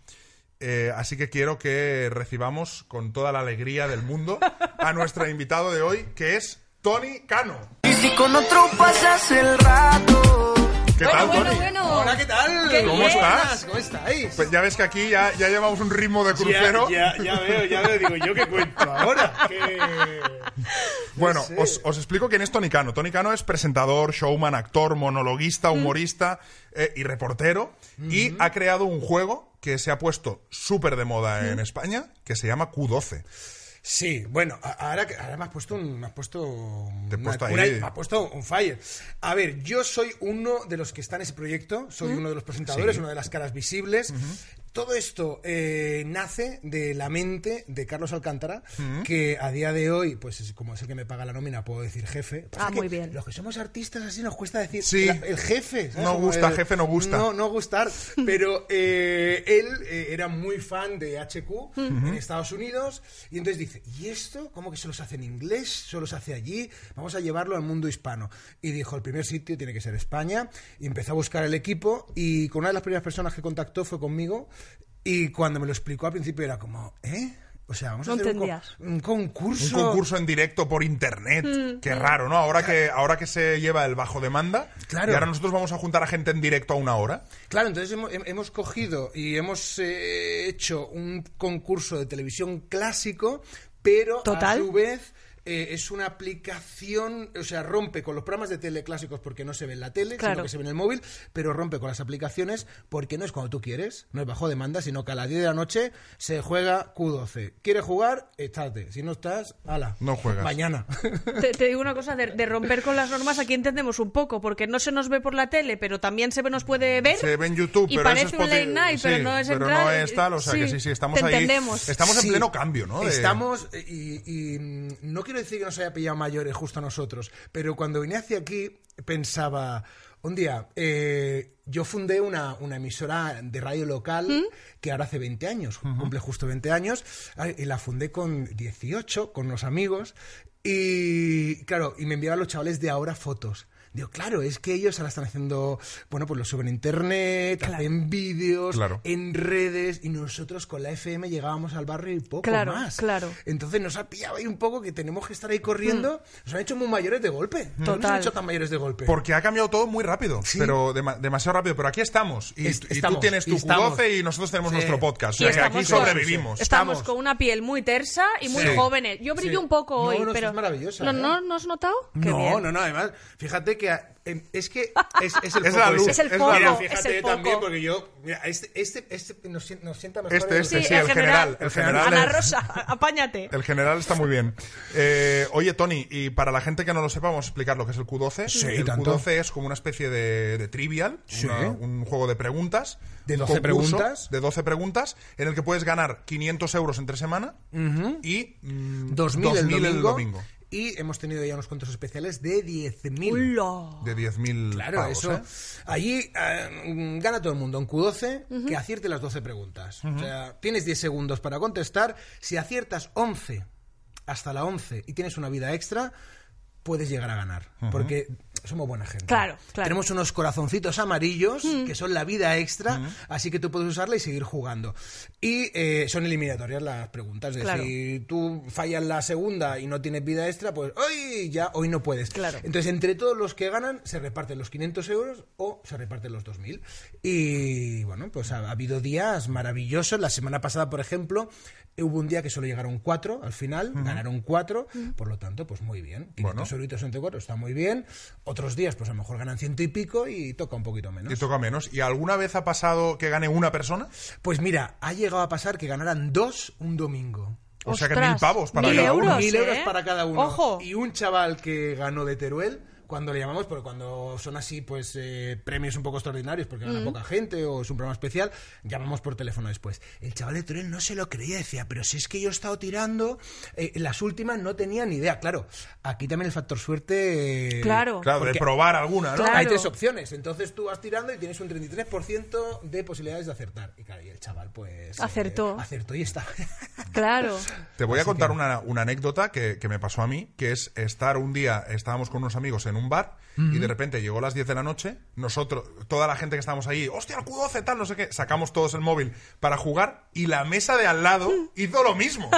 Speaker 1: Eh, así que quiero que recibamos con toda la alegría del mundo a nuestro invitado de hoy, que es Tony Cano.
Speaker 3: Y si con otro pasas el rato.
Speaker 1: ¿Qué
Speaker 2: Bueno,
Speaker 1: tal,
Speaker 2: bueno,
Speaker 1: Tony?
Speaker 2: bueno.
Speaker 3: Hola, ¿qué tal?
Speaker 2: Qué ¿Cómo bien.
Speaker 1: estás?
Speaker 3: ¿Cómo estáis?
Speaker 1: Pues ya ves que aquí ya, ya llevamos un ritmo de crucero.
Speaker 4: Ya, ya, ya veo, ya veo. Digo, ¿yo qué cuento ahora? ¿Qué-
Speaker 1: Bueno,
Speaker 4: sé.
Speaker 1: os, os explico quién es Tony Cano. Tony Cano es presentador, showman, actor, monologuista,
Speaker 2: Mm.
Speaker 1: humorista eh, y reportero. Y ha creado un juego que se ha puesto súper de moda
Speaker 2: Mm.
Speaker 1: en España, que se llama Q12.
Speaker 4: Sí, bueno, a- ahora, que- ahora me has puesto un. Me has puesto.
Speaker 1: Te he
Speaker 4: una-
Speaker 1: puesto ahí.
Speaker 4: una- me has puesto un fire. A ver, yo soy uno de los que está en ese proyecto, soy
Speaker 2: ¿Mm?
Speaker 4: uno de los presentadores, una de las caras visibles. Todo esto eh, nace de la mente de Carlos Alcántara, que a día de hoy, pues es como es el que me paga la nómina, puedo decir jefe. Pasa
Speaker 2: Ah,
Speaker 4: que
Speaker 2: muy bien.
Speaker 4: Los que somos artistas así nos cuesta decir
Speaker 1: Sí.
Speaker 4: la- el jefe. ¿sabes?
Speaker 1: No
Speaker 4: Como
Speaker 1: gusta,
Speaker 4: el-
Speaker 1: jefe no gusta.
Speaker 4: No, no gustar, pero eh, él eh, era muy fan de HQ en Estados Unidos y entonces dice, ¿y esto? ¿Cómo que solo se hace en inglés? ¿Solo se hace allí? Vamos a llevarlo al mundo hispano. Y dijo, el primer sitio tiene que ser España y empezó a buscar el equipo y con una de las primeras personas que contactó fue conmigo y cuando me lo explicó al principio era como, ¿eh? O sea, vamos a
Speaker 2: No
Speaker 4: hacer un, con-
Speaker 2: entendías.
Speaker 4: un
Speaker 1: Un
Speaker 4: concurso.
Speaker 1: concurso en directo por internet.
Speaker 2: Mm.
Speaker 1: Qué raro, ¿no? Ahora que, ahora que se lleva el bajo demanda.
Speaker 4: Claro.
Speaker 1: Y ahora nosotros vamos a juntar a gente en directo a una hora.
Speaker 4: Claro, entonces hemos, hem- hemos cogido y hemos eh, hecho un concurso de televisión clásico, pero
Speaker 2: Total.
Speaker 4: a su vez eh, es una aplicación, o sea, rompe con los programas de tele clásicos porque no se ve en la tele,
Speaker 2: Claro.
Speaker 4: sino que se ve en el móvil, pero rompe con las aplicaciones porque no es cuando tú quieres, no es bajo demanda, sino que a las 10 de la noche se juega Q12. ¿Quieres jugar? Estate. Si no estás, ala.
Speaker 1: No juegas.
Speaker 4: Mañana.
Speaker 2: Te, te digo una cosa, de, de romper con las normas aquí entendemos un poco, porque no se nos ve por la tele, pero también se ve- nos puede ver.
Speaker 1: Se ve en YouTube,
Speaker 2: y
Speaker 1: pero
Speaker 2: parece
Speaker 1: es
Speaker 2: un late
Speaker 1: Spotify-
Speaker 2: night,
Speaker 1: sí,
Speaker 2: pero no es en
Speaker 1: pero
Speaker 2: plan-
Speaker 1: no es tal, o sea que sí, sí, estamos
Speaker 2: te
Speaker 1: ahí.
Speaker 2: entendemos.
Speaker 1: Estamos
Speaker 4: Sí.
Speaker 1: en pleno cambio, ¿no? De-
Speaker 4: Estamos, eh, y, y, mm, no quiero decir que nos haya pillado mayores justo a nosotros, pero cuando vine hacia aquí pensaba, un día, eh, yo fundé una, una emisora de radio local que ahora hace 20 años, cumple justo 20 años, ah, y la fundé con 18, con unos amigos, y claro, y me enviaban los chavales de ahora fotos. Digo, claro, es que ellos ahora están haciendo, bueno, pues lo suben a internet, hacen vídeos,
Speaker 1: Claro.
Speaker 4: en redes, y nosotros con la FM llegábamos al barrio y poco
Speaker 2: Claro,
Speaker 4: más.
Speaker 2: claro.
Speaker 4: Entonces nos ha pillado ahí un poco que tenemos que estar ahí corriendo. Nos han hecho muy mayores de golpe. No Nos
Speaker 2: Mm. Total.
Speaker 4: han hecho tan mayores de golpe.
Speaker 1: Porque ha cambiado todo muy rápido,
Speaker 4: Sí.
Speaker 1: pero dema- demasiado rápido. Pero aquí estamos. Y,
Speaker 4: Es-
Speaker 1: y tú
Speaker 4: estamos,
Speaker 1: tienes tu
Speaker 4: y estamos.
Speaker 1: Q12 y nosotros tenemos
Speaker 4: Sí.
Speaker 1: nuestro podcast.
Speaker 2: Y
Speaker 1: O sea que aquí
Speaker 2: estamos con-
Speaker 1: sobrevivimos.
Speaker 2: Estamos,
Speaker 4: Estamos.
Speaker 2: con una piel muy tersa y muy
Speaker 1: Sí.
Speaker 2: jóvenes. Yo brillo
Speaker 4: Sí.
Speaker 2: un poco
Speaker 4: No,
Speaker 2: hoy,
Speaker 4: no,
Speaker 2: pero
Speaker 4: estás maravillosa,
Speaker 2: ¿No,
Speaker 4: ¿eh?
Speaker 2: no, ¿no has notado? Qué
Speaker 4: no,
Speaker 2: bien.
Speaker 4: no, no, además, fíjate que ah, em, es que es, es el
Speaker 1: Es
Speaker 4: foco
Speaker 1: la luz,
Speaker 4: ese.
Speaker 1: Es el es la
Speaker 2: foco,
Speaker 4: Mira,
Speaker 2: luz. es
Speaker 4: fíjate
Speaker 2: el foco.
Speaker 4: también porque yo mira, este este, este nos, sien- nos sienta mejor.
Speaker 1: Este,
Speaker 4: en el-
Speaker 1: este,
Speaker 2: Sí,
Speaker 1: sí,
Speaker 2: el
Speaker 1: el general.
Speaker 2: general.
Speaker 1: El general
Speaker 2: Ana
Speaker 1: es-
Speaker 2: Rosa, apáñate.
Speaker 1: El general está muy bien. Eh, oye, Tony, y para la gente que no lo sepa, vamos a explicar lo que es el Q12.
Speaker 4: Sí,
Speaker 1: el
Speaker 4: tanto.
Speaker 1: Q12 es como una especie de, de trivial,
Speaker 4: Sí.
Speaker 1: una- un juego de preguntas.
Speaker 4: De
Speaker 1: un
Speaker 4: 12
Speaker 1: concurso
Speaker 4: preguntas.
Speaker 1: De 12 preguntas, en el que puedes ganar 500 euros entre semana y mm,
Speaker 4: 2000,
Speaker 1: 2000
Speaker 4: el, domingo, Y hemos tenido ya unos cuentos especiales de 10.000.
Speaker 2: Hola.
Speaker 1: De 10.000
Speaker 4: Claro,
Speaker 1: pavos,
Speaker 4: eso.
Speaker 1: ¿eh?
Speaker 4: Allí eh, gana todo el mundo. En Q12, que acierte las 12 preguntas. O sea, tienes 10 segundos para contestar. Si aciertas 11 hasta la 11 y tienes una vida extra, puedes llegar a ganar. Porque somos buena gente.
Speaker 2: Claro, claro.
Speaker 4: Tenemos unos corazoncitos amarillos que son la vida extra, así que tú puedes usarla y seguir jugando. Y eh, son eliminatorias las preguntas. Es
Speaker 2: Claro.
Speaker 4: decir, tú fallas la segunda y no tienes vida extra, pues hoy ya, hoy no puedes.
Speaker 2: Claro.
Speaker 4: Entonces, entre todos los que ganan, se reparten los 500 euros o se reparten los 2.000. Y bueno, pues ha, ha habido días maravillosos. La semana pasada, por ejemplo, hubo un día que solo llegaron cuatro al final, ganaron cuatro, por lo tanto, pues muy bien. 500
Speaker 1: Bueno.
Speaker 4: euritos entre cuatro está muy bien. Otros días, pues a lo mejor ganan ciento y pico y toca un poquito menos.
Speaker 1: Y toca menos. ¿Y alguna vez ha pasado que gane una persona?
Speaker 4: Pues mira, ha llegado a pasar que ganaran dos un domingo.
Speaker 1: O sea que
Speaker 2: Ostras,
Speaker 1: mil pavos para
Speaker 2: mil
Speaker 1: cada uno.
Speaker 2: euros,
Speaker 4: Mil
Speaker 2: ¿eh?
Speaker 4: euros para cada uno.
Speaker 2: Ojo.
Speaker 4: Y un chaval que ganó de Teruel cuando le llamamos, porque cuando son así, pues eh, premios un poco extraordinarios, porque gana poca gente o es un programa especial, llamamos por teléfono después. El chaval de Torel no se lo creía, decía, pero si es que yo he estado tirando, eh, las últimas no tenía ni idea. Claro, aquí también el factor suerte. eh,
Speaker 2: Claro.
Speaker 1: Claro, de
Speaker 4: porque-
Speaker 1: probar alguna, ¿no?
Speaker 2: Claro.
Speaker 4: Hay tres opciones, entonces tú vas tirando y tienes un 33% de posibilidades de acertar. Y claro, y el chaval pues... eh,
Speaker 2: Acertó.
Speaker 4: acertó y está.
Speaker 2: Claro.
Speaker 1: Te voy a contar una, una anécdota que, que me pasó a mí, que es estar un día, estábamos con unos amigos en un bar y de repente llegó a las 10 de la noche, nosotros, toda la gente que estábamos ahí, hostia, el Q12, tal, no sé qué, sacamos todos el móvil para jugar y la mesa de al lado
Speaker 2: Mm.
Speaker 1: hizo lo mismo.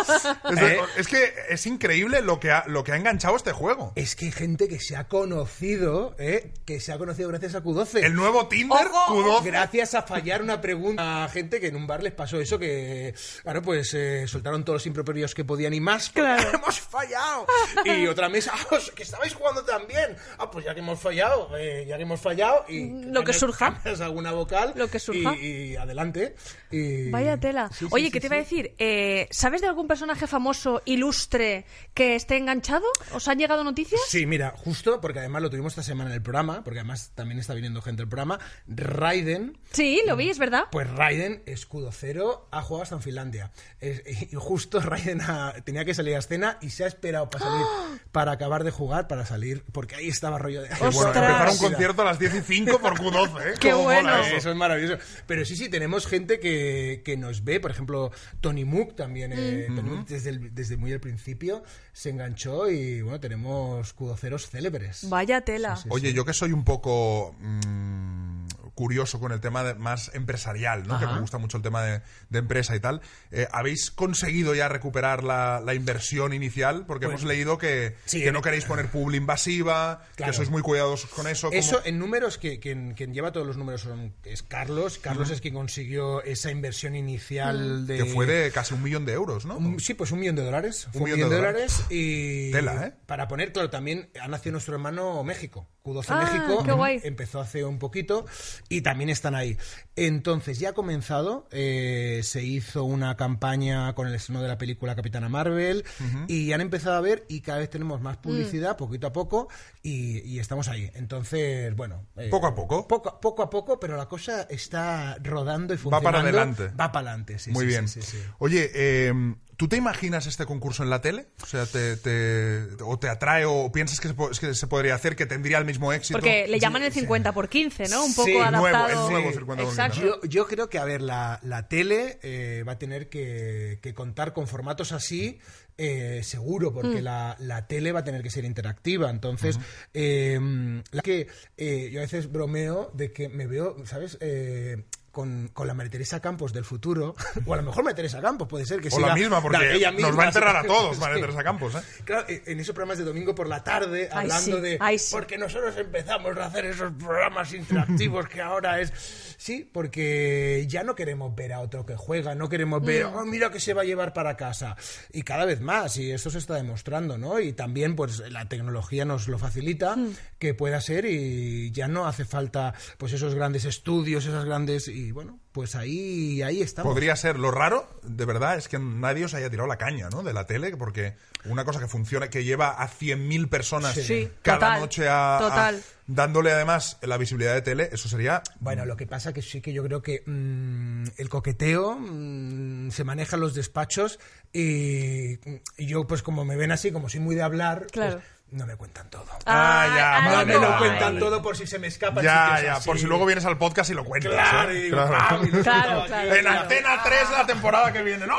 Speaker 1: Es, de-
Speaker 4: ¿Eh?
Speaker 1: es que es increíble lo que, ha, lo que ha enganchado este juego.
Speaker 4: Es que hay gente que se ha conocido, ¿eh? que se ha conocido gracias a Q12.
Speaker 1: El nuevo Tinder
Speaker 4: Ojo,
Speaker 1: Q12.
Speaker 4: Gracias a fallar una pregunta a gente que en un bar les pasó eso, que, claro, pues eh, soltaron todos los improperios que podían y más. porque
Speaker 2: Claro.
Speaker 4: Hemos fallado. Y otra mesa, "Ah, os- que estabais jugando también. Ah, pues ya que hemos fallado, eh, ya que hemos fallado. Y
Speaker 2: Mm, Lo que
Speaker 4: cambias-
Speaker 2: surja.
Speaker 4: cambias alguna vocal.
Speaker 2: Lo que surja.
Speaker 4: Y, y adelante. Y-
Speaker 2: Vaya tela.
Speaker 4: Sí, sí,
Speaker 2: Oye,
Speaker 4: sí,
Speaker 2: ¿qué te
Speaker 4: sí.
Speaker 2: iba a decir? Eh, ¿Sabes de algún personaje famoso, ilustre, que esté enganchado? ¿Os han llegado noticias?
Speaker 4: Sí, mira, justo, porque además lo tuvimos esta semana en el programa, porque además también está viniendo gente al programa, Raiden,
Speaker 2: Sí, lo vi, es verdad.
Speaker 4: Pues Raiden, escudo cero, ha jugado hasta en Finlandia. Es- y justo Raiden ha- tenía que salir a escena y se ha esperado para salir, para acabar de jugar, para salir, porque ahí estaba rollo de...
Speaker 1: Qué bueno, empezar un
Speaker 2: Ostras.
Speaker 1: concierto a las 10 y 5 por Q12, ¿eh?
Speaker 2: Qué
Speaker 1: Cómo mola
Speaker 2: bueno.
Speaker 1: eso.
Speaker 4: Eso es maravilloso. Pero sí, sí, tenemos gente que, que nos ve. Por ejemplo, Tony Mook también, eh, Tony Mook desde, el- desde muy al principio, se enganchó y bueno, tenemos cudoceros célebres.
Speaker 2: Vaya tela.
Speaker 1: Oye, yo que soy un poco mm, curioso con el tema de- más empresarial, ¿no? Que me gusta mucho el tema de, de empresa y tal. eh, ¿Habéis conseguido ya recuperar la, la inversión inicial? Porque hemos leído que,
Speaker 4: Pues, sí,
Speaker 1: que
Speaker 4: eh.
Speaker 1: no queréis poner publi invasiva,
Speaker 4: Claro.
Speaker 1: que sois muy cuidadosos con eso. ¿cómo?
Speaker 4: Eso en números, que quien, quien lleva todos los números son, es Carlos. Carlos es quien consiguió esa inversión inicial de...
Speaker 1: que fue de casi un millón de euros, ¿no?
Speaker 4: eh, Un- sí, pues un millón de dólares. Fue Un, millón, de dólares. y.
Speaker 1: Tela, ¿eh?
Speaker 4: Para poner, claro, también ha nacido nuestro hermano México. Q12
Speaker 2: Ah,
Speaker 4: México.
Speaker 2: qué guay.
Speaker 4: Empezó hace un poquito y también están ahí. Entonces, ya ha comenzado. eh, se hizo una campaña con el estreno de la película Capitana Marvel y han empezado a ver y cada vez tenemos
Speaker 2: Mm.
Speaker 4: más publicidad, poquito a poco, y, y estamos ahí. Entonces, bueno. eh,
Speaker 1: Poco a poco.
Speaker 4: poco. Poco a poco, pero la cosa está rodando y
Speaker 1: Va
Speaker 4: funcionando.
Speaker 1: para adelante.
Speaker 4: Va para adelante, sí.
Speaker 1: muy
Speaker 4: sí,
Speaker 1: bien.
Speaker 4: sí, sí, sí.
Speaker 1: Oye, eh, ¿tú te imaginas este concurso en la tele? O sea, te, te- o te atrae o piensas que se, po- que se podría hacer, que tendría el mismo éxito?
Speaker 2: Porque le llaman el 50 por 15, ¿no? Un poco
Speaker 4: Sí, nuevo,
Speaker 1: nuevo,
Speaker 2: adaptado.
Speaker 1: el nuevo 50 por quince,
Speaker 2: Exacto.
Speaker 1: ¿no?
Speaker 4: Yo, yo creo que, a ver, la, la tele eh, va a tener que, que contar con formatos así, eh, seguro, porque la, la tele va a tener que ser interactiva. Entonces, eh, la que eh, yo a veces bromeo de que me veo, ¿sabes? Eh, con, con la María Teresa Campos del futuro, o a lo mejor María Teresa Campos, puede ser que
Speaker 1: O la
Speaker 4: siga-
Speaker 1: misma, porque
Speaker 4: ella
Speaker 1: nos
Speaker 4: misma,
Speaker 1: va a enterrar a
Speaker 4: sí.
Speaker 1: todos, María
Speaker 4: Sí.
Speaker 1: Teresa Campos, ¿eh?
Speaker 4: Claro, eh, en esos programas de domingo por la tarde,
Speaker 2: Ay,
Speaker 4: hablando
Speaker 2: sí,
Speaker 4: de.
Speaker 2: ay, sí.
Speaker 4: Porque nosotros empezamos a hacer esos programas interactivos que ahora es. Sí, porque ya no queremos ver a otro que juega, no queremos ver,
Speaker 2: Mm.
Speaker 4: oh, mira que se va a llevar para casa. Y cada vez más, y esto se está demostrando, ¿no? Y también, pues, la tecnología nos lo facilita,
Speaker 2: Mm.
Speaker 4: que pueda ser, y ya no hace falta, pues, esos grandes estudios, esas grandes. Y bueno, pues ahí, ahí estamos.
Speaker 1: Podría ser. Lo raro, de verdad, es que nadie os haya tirado la caña, ¿no? De la tele, porque una cosa que funciona, que lleva a 100.000 personas
Speaker 4: Sí.
Speaker 2: Sí,
Speaker 1: cada
Speaker 2: total,
Speaker 1: noche a, a-
Speaker 2: total.
Speaker 1: Dándole además la visibilidad de tele, eso sería.
Speaker 4: Bueno, lo que pasa que sí que yo creo que mm, el coqueteo mm, se maneja en los despachos y, y yo pues como me ven así, como soy muy de hablar, pues,
Speaker 2: Claro.
Speaker 4: no me cuentan todo.
Speaker 1: Ah, ya,
Speaker 2: ay,
Speaker 4: no
Speaker 1: vale,
Speaker 4: me lo
Speaker 1: vale.
Speaker 4: cuentan todo por si se me escapa.
Speaker 1: Ya,
Speaker 4: sitios
Speaker 1: ya,
Speaker 4: así.
Speaker 1: por si luego vienes al podcast y lo cuentas.
Speaker 4: Claro,
Speaker 1: ¿eh?
Speaker 4: y digo,
Speaker 1: Claro.
Speaker 4: "Ah, mira,
Speaker 2: Claro,
Speaker 4: estaba
Speaker 2: claro.
Speaker 4: aquí".
Speaker 1: En Antena 3 la temporada que viene, ¡no!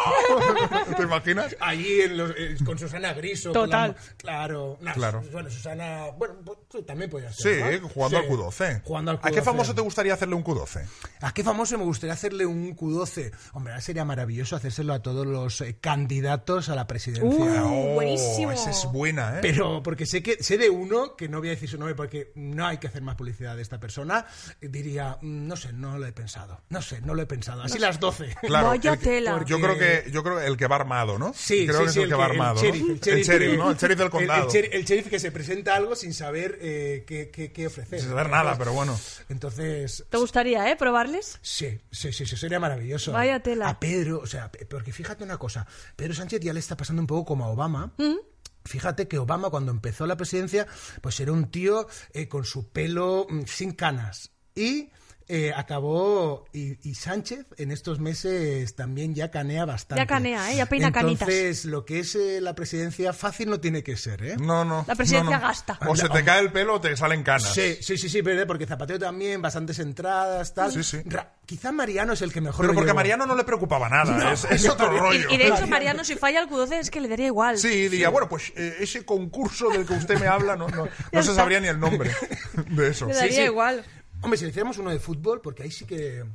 Speaker 1: ¿Te imaginas?
Speaker 4: Allí en los- eh, con Susana Griso.
Speaker 2: Total.
Speaker 4: con la- claro, nah,
Speaker 1: Claro.
Speaker 4: Bueno, Susana. Bueno, pues, tú también podías
Speaker 1: Sí,
Speaker 4: ser. ¿no?
Speaker 1: jugando
Speaker 4: Sí,
Speaker 1: al Q12.
Speaker 4: Jugando al
Speaker 1: ¿A qué
Speaker 4: Q12.
Speaker 1: famoso te gustaría hacerle un Q12?
Speaker 4: ¿A Ah, qué famoso me gustaría hacerle un Q12? Hombre, ahora sería maravilloso hacérselo a todos los eh, candidatos a la presidencia.
Speaker 2: Uh.
Speaker 1: Oh,
Speaker 2: buenísimo.
Speaker 1: Esa es buena, ¿eh?
Speaker 4: Ah, Pero porque sé que sé de uno que no voy a decir su nombre porque no hay que hacer más publicidad de esta persona, diría, mm, no sé, no lo he pensado. No sé, no lo he pensado. Así las 12.
Speaker 1: Claro,
Speaker 2: Vaya
Speaker 1: el que-
Speaker 2: tela.
Speaker 1: porque- Yo creo que yo creo que el que va armado, ¿no?
Speaker 4: Sí,
Speaker 1: creo
Speaker 4: sí,
Speaker 1: que
Speaker 4: sí,
Speaker 1: es el que va
Speaker 4: el
Speaker 1: armado, ¿no?
Speaker 4: sheriff, el sheriff, que-
Speaker 1: ¿no? El sheriff del condado.
Speaker 4: El, sheriff- el sheriff que se presenta algo sin saber eh, qué, qué- qué ofrecer.
Speaker 1: Sin saber nada, pero bueno.
Speaker 4: Entonces,
Speaker 2: ¿Te gustaría, eh, probarles?
Speaker 4: Sí, sí, sí, sí, sería maravilloso.
Speaker 2: Vaya tela.
Speaker 4: A Pedro, o sea, pe- porque fíjate una cosa, Pedro Sánchez ya le está pasando un poco como a Obama. Fíjate que Obama cuando empezó la presidencia, pues era un tío eh, con su pelo mm, sin canas. Y eh, acabó, y, y Sánchez en estos meses también ya canea bastante.
Speaker 2: Ya canea, ¿eh? Ya peina
Speaker 4: Entonces,
Speaker 2: canitas.
Speaker 4: lo que es eh, la presidencia fácil no tiene que ser, ¿eh?
Speaker 1: No, no.
Speaker 2: La presidencia
Speaker 1: no, no.
Speaker 2: gasta.
Speaker 1: O se te cae el pelo o te salen canas.
Speaker 4: Sí, sí, sí, sí, ¿verdad? porque Zapatero también, bastantes entradas, tal.
Speaker 1: Sí, sí.
Speaker 4: Ra- quizá Mariano es el que mejor
Speaker 1: Pero
Speaker 4: lo
Speaker 1: porque a
Speaker 4: llevó.
Speaker 1: Mariano no le preocupaba nada. es, es otro rollo.
Speaker 2: Y, y de hecho, Mariano, si falla el Q12 es que le daría igual.
Speaker 1: Sí, diría, bueno, pues eh, ese concurso del que usted me habla no, no, no se
Speaker 2: está.
Speaker 1: sabría ni el nombre de eso.
Speaker 2: Le daría
Speaker 4: sí.
Speaker 2: igual.
Speaker 4: Hombre, si le hiciéramos uno de fútbol, porque ahí sí que...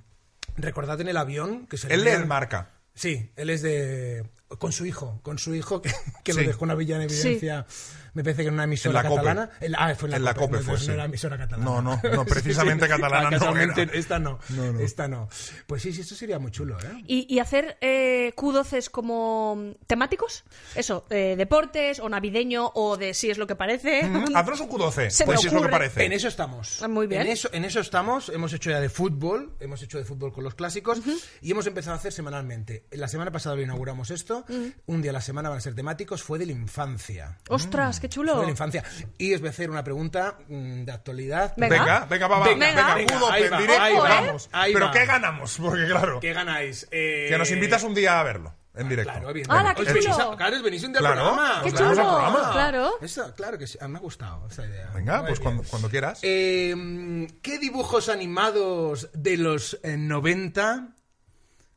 Speaker 4: Recordad en el avión que se le
Speaker 1: Él lee el
Speaker 4: dieron-
Speaker 1: marca.
Speaker 4: Sí, él es de... Con su hijo, con su hijo que, que
Speaker 1: Sí.
Speaker 4: lo dejó una villa en evidencia, me parece que en una emisora
Speaker 1: En la COPE.
Speaker 4: catalana. En la- ah, fue en la,
Speaker 1: En la COPE
Speaker 4: no,
Speaker 1: fue,
Speaker 4: no
Speaker 1: sí.
Speaker 4: era emisora catalana.
Speaker 1: No, no, no, precisamente catalana no
Speaker 4: Ah, casualmente,
Speaker 1: era.
Speaker 4: Esta no,
Speaker 1: No, no.
Speaker 4: esta no. Pues sí, sí, esto sería muy chulo, ¿eh?
Speaker 2: Y, y hacer eh, Q12s como mm, temáticos, eso, eh, deportes o navideño o de si es lo que parece.
Speaker 1: Mm, Haznos un Q12.
Speaker 2: Se me
Speaker 1: pues si es lo que
Speaker 2: ocurre.
Speaker 1: parece.
Speaker 4: En eso estamos.
Speaker 2: Ah, muy bien.
Speaker 4: En eso, en eso estamos. Hemos hecho ya de fútbol, hemos hecho de fútbol con los clásicos y hemos empezado a hacer semanalmente. La semana pasada lo inauguramos esto. Un día a la semana van a ser temáticos. Fue de la infancia.
Speaker 2: Ostras, qué
Speaker 4: Fue
Speaker 2: chulo.
Speaker 4: de la infancia. Y os voy a hacer una pregunta mm, de actualidad.
Speaker 2: Venga.
Speaker 1: Venga, venga, va, va.
Speaker 4: Venga,
Speaker 1: Venga,
Speaker 4: venga,
Speaker 1: Q12
Speaker 4: ahí
Speaker 1: en
Speaker 4: va, eh,
Speaker 1: directo.
Speaker 2: ahí va.
Speaker 1: vamos.
Speaker 4: Ahí
Speaker 1: Pero
Speaker 4: va.
Speaker 1: ¿qué ganamos? Porque claro,
Speaker 4: ¿Qué ganáis? Eh,
Speaker 1: que nos invitas un día a verlo en directo.
Speaker 4: Ah, Claro,
Speaker 2: ¡Hala,
Speaker 4: evidentemente.
Speaker 2: qué
Speaker 4: Os venís
Speaker 2: chulo!
Speaker 4: a- Claro, os venís un día al
Speaker 1: Claro.
Speaker 4: programa.
Speaker 2: ¡Qué
Speaker 4: Os venís al
Speaker 2: chulo!
Speaker 4: programa.
Speaker 2: Claro.
Speaker 4: Eso, claro que sí. Ah, Me ha gustado esa idea.
Speaker 1: Venga,
Speaker 4: Muy
Speaker 1: pues
Speaker 4: bien.
Speaker 1: cuando, cuando quieras.
Speaker 4: Eh, ¿Qué dibujos animados de los eh, 90,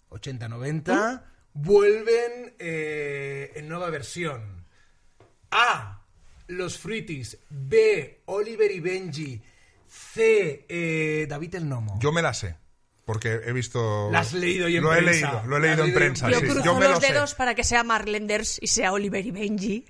Speaker 4: 80, 90, vuelven eh, en nueva versión? A. Los Fruities. B. Oliver y Benji. C. eh, David el Nomo.
Speaker 1: Yo me la sé. Porque he visto.
Speaker 4: La has leído y en
Speaker 1: lo he
Speaker 4: prensa.
Speaker 1: leído, lo he
Speaker 4: La has
Speaker 1: leído en
Speaker 4: leído y en
Speaker 1: prensa.
Speaker 2: Yo
Speaker 1: sí.
Speaker 2: cruzo
Speaker 1: Yo me
Speaker 2: los
Speaker 1: lo sé.
Speaker 2: dedos para que sea Marlenders y sea Oliver y Benji.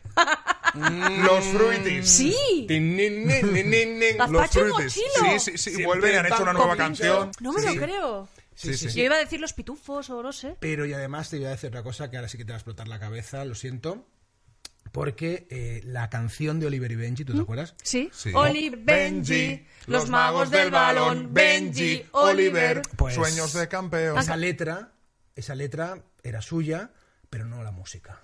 Speaker 1: Los Fruities.
Speaker 2: ¡Sí!
Speaker 4: Tin, nin, nin, nin, nin, nin.
Speaker 2: Gaz-
Speaker 1: Los
Speaker 2: Pacho
Speaker 1: Fruities.
Speaker 2: Mochilo.
Speaker 1: Sí, sí, sí.
Speaker 4: Siempre
Speaker 1: Vuelven y han hecho
Speaker 4: tan
Speaker 1: una nueva
Speaker 4: convincente.
Speaker 1: canción.
Speaker 2: No me
Speaker 1: Sí,
Speaker 2: lo
Speaker 1: sí.
Speaker 2: creo.
Speaker 4: Sí, sí, sí.
Speaker 2: Yo iba a decir los pitufos o no sé.
Speaker 4: Pero y además te voy a decir otra cosa que ahora sí que te va a explotar la cabeza, lo siento. Porque eh, la canción de Oliver y Benji, ¿tú te acuerdas?
Speaker 2: Sí.
Speaker 1: Sí.
Speaker 2: Oliver, Benji, los magos del balón, Benji, Oliver.
Speaker 4: Pues-
Speaker 1: Sueños de campeón.
Speaker 4: esa letra, esa letra era suya, pero no la música.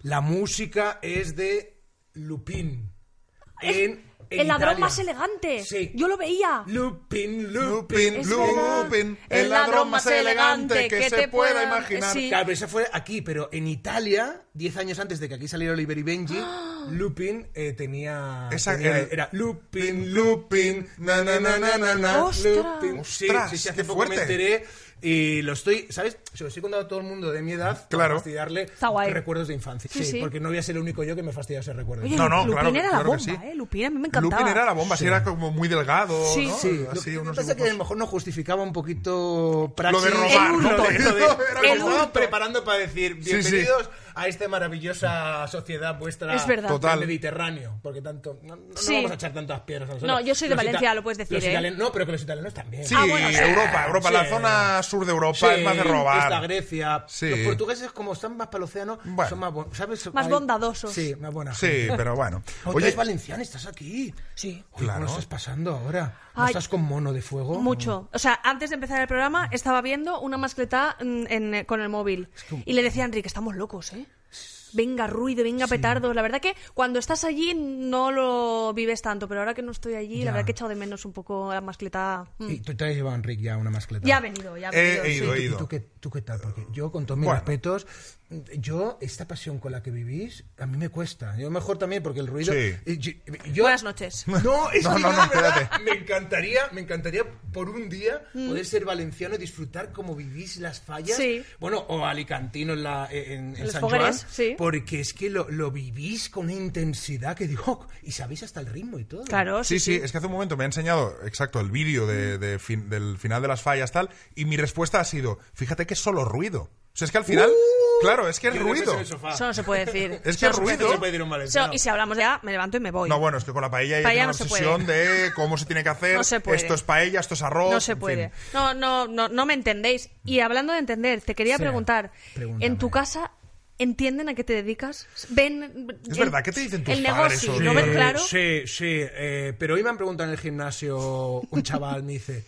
Speaker 4: La música es de Lupin. En, en
Speaker 2: El ladrón
Speaker 4: Italia.
Speaker 2: más elegante.
Speaker 4: Sí.
Speaker 2: Yo lo veía.
Speaker 4: Lupin,
Speaker 1: Lupin,
Speaker 4: Lupin,
Speaker 2: Es
Speaker 1: Lupin,
Speaker 2: verdad.
Speaker 1: el ladrón más elegante que se
Speaker 2: te
Speaker 1: pueda
Speaker 2: pueda-
Speaker 1: imaginar.
Speaker 2: sí.
Speaker 4: Claro, pero esa fue aquí, pero en Italia, 10 años antes de que aquí saliera Oliver y Benji, Lupin eh, tenía.
Speaker 1: Esa
Speaker 4: tenía-
Speaker 1: era-
Speaker 4: era Lupin,
Speaker 1: Lupin, na, na, na, na, na, na.
Speaker 2: Ostras.
Speaker 4: Lupin. Sí,
Speaker 1: Ostras,
Speaker 4: sí, sí,
Speaker 1: qué
Speaker 4: hace poco me
Speaker 1: fuerte.
Speaker 4: enteré y lo estoy, ¿sabes? Se lo estoy contando a todo el mundo de mi edad
Speaker 1: Claro.
Speaker 4: para fastidiarle
Speaker 2: guay.
Speaker 4: recuerdos de infancia.
Speaker 2: Sí,
Speaker 4: Sí,
Speaker 2: sí.
Speaker 4: porque no voy a ser el único yo que me fastidia ese recuerdo.
Speaker 2: Oye,
Speaker 1: No, no,
Speaker 2: Lupin
Speaker 1: claro que-
Speaker 2: era la
Speaker 1: claro
Speaker 2: bomba,
Speaker 1: que sí.
Speaker 2: ¿eh? Lupin a mí me encantaba.
Speaker 1: Lupin era la bomba, si era como muy delgado,
Speaker 2: Sí.
Speaker 1: ¿no?
Speaker 4: Sí,
Speaker 1: Así,
Speaker 4: lo que
Speaker 1: unos
Speaker 4: pasa es que a lo
Speaker 1: dibujos.
Speaker 4: mejor nos justificaba un poquito praxis.
Speaker 1: Lo de robar,
Speaker 2: El ¿no? hurto.
Speaker 4: Lo de- lo de-
Speaker 1: Era
Speaker 4: lo
Speaker 1: como-
Speaker 4: estaba preparando para decir
Speaker 1: Sí, sí.
Speaker 4: bienvenidos a esta maravillosa sociedad vuestra
Speaker 2: Es verdad.
Speaker 4: del
Speaker 1: Total.
Speaker 4: Mediterráneo. Porque tanto. No, no- no
Speaker 2: Sí.
Speaker 4: vamos a echar tantas piedras a nosotros.
Speaker 2: No, yo soy de
Speaker 4: Los ita-
Speaker 2: Valencia, lo puedes decir,
Speaker 4: los
Speaker 2: ¿eh?
Speaker 4: italianos- no, pero que los italianos también.
Speaker 1: Sí,
Speaker 2: Ah, bueno, sí.
Speaker 1: Europa, Europa, la
Speaker 4: Sí.
Speaker 1: zona sur de Europa
Speaker 4: Sí,
Speaker 1: es más de robar.
Speaker 4: Está Grecia.
Speaker 1: Sí.
Speaker 4: Los portugueses, como están más para el océano,
Speaker 1: Bueno.
Speaker 4: son más, bon- ¿sabes?
Speaker 2: Más
Speaker 4: Hay-
Speaker 2: bondadosos.
Speaker 4: Sí, más buenas.
Speaker 1: Sí, pero bueno.
Speaker 4: Oye, es valenciano, estás aquí.
Speaker 2: Sí.
Speaker 4: Oye, ¿Cómo
Speaker 1: Claro.
Speaker 4: lo estás pasando ahora? ¿No
Speaker 2: Ay.
Speaker 4: estás con mono de fuego?
Speaker 2: Mucho. O sea, antes de empezar el programa estaba viendo una mascleta mm, en- eh, con el móvil. Y le decía a Enrique, estamos locos, ¿eh? Venga ruido, venga petardo. La verdad que cuando estás allí no lo vives tanto, pero ahora que no estoy allí, la
Speaker 4: Ya.
Speaker 2: verdad que he echado de menos un poco la mascleta. Mm.
Speaker 4: Y tú te has llevado, Enrique, ya una mascleta.
Speaker 2: Ya ha venido, ya ha
Speaker 1: Eh,
Speaker 2: venido.
Speaker 1: eh,
Speaker 2: sí.
Speaker 1: ido,
Speaker 4: ¿Y
Speaker 1: he
Speaker 4: tú- y tú qué, tú qué tal? Porque yo, con todos mis
Speaker 1: Bueno.
Speaker 4: respetos, yo, esta pasión con la que vivís, a mí me cuesta. Yo mejor también, porque el ruido...
Speaker 1: Sí.
Speaker 4: y yo- yo-
Speaker 2: Buenas noches.
Speaker 4: No, es
Speaker 1: No,
Speaker 4: que
Speaker 1: no,
Speaker 4: yo,
Speaker 1: no,
Speaker 4: de verdad,
Speaker 1: espérate.
Speaker 4: me encantaría, me encantaría por un día poder ser valenciano y disfrutar cómo vivís las fallas.
Speaker 2: Mm. Sí.
Speaker 4: Bueno, o alicantino en, la, eh, en, en
Speaker 2: En los
Speaker 4: San
Speaker 2: fogueres,
Speaker 4: Joan,
Speaker 2: sí.
Speaker 4: porque es que lo, lo vivís con una intensidad que digo, "Oh", y sabéis hasta el ritmo y todo.
Speaker 2: Claro,
Speaker 1: Sí,
Speaker 2: sí, Mm.
Speaker 1: sí, es que hace un momento me ha enseñado, exacto, el vídeo de, de fin- del final de las fallas, tal, y mi respuesta ha sido, fíjate que es solo ruido. O sea, es que al final,
Speaker 2: Uh.
Speaker 1: claro, es que es
Speaker 4: Yo me
Speaker 1: ruido.
Speaker 4: puse en el sofá.
Speaker 2: Eso no se puede decir.
Speaker 1: Es que
Speaker 2: Eso no
Speaker 1: es
Speaker 2: se puede
Speaker 1: ruido.
Speaker 4: No
Speaker 2: decir.
Speaker 4: se puede decir un
Speaker 2: Eso-
Speaker 4: valenciano.
Speaker 2: y si hablamos ya, me levanto y me voy.
Speaker 1: No, bueno, es que con la paella ya
Speaker 2: Paella
Speaker 1: hay una
Speaker 2: no se puede.
Speaker 1: obsesión de cómo se tiene que hacer,
Speaker 2: No se puede.
Speaker 1: esto es paella, esto es arroz.
Speaker 2: No se
Speaker 1: en
Speaker 2: puede.
Speaker 1: fin.
Speaker 2: No, no, no, no me entendéis. Y hablando de entender, te quería
Speaker 4: Sí,
Speaker 2: preguntar,
Speaker 4: pregúntame.
Speaker 2: ¿en tu casa entienden a qué te dedicas? ¿Ven
Speaker 1: Es
Speaker 2: el-
Speaker 1: verdad, ¿qué te dicen tus
Speaker 2: El
Speaker 1: padres
Speaker 2: negocio,
Speaker 1: sobre-
Speaker 2: ¿lo ven
Speaker 4: Eh,
Speaker 2: claro?
Speaker 4: Sí, sí. eh, pero hoy me han preguntado en el gimnasio un chaval, me dice,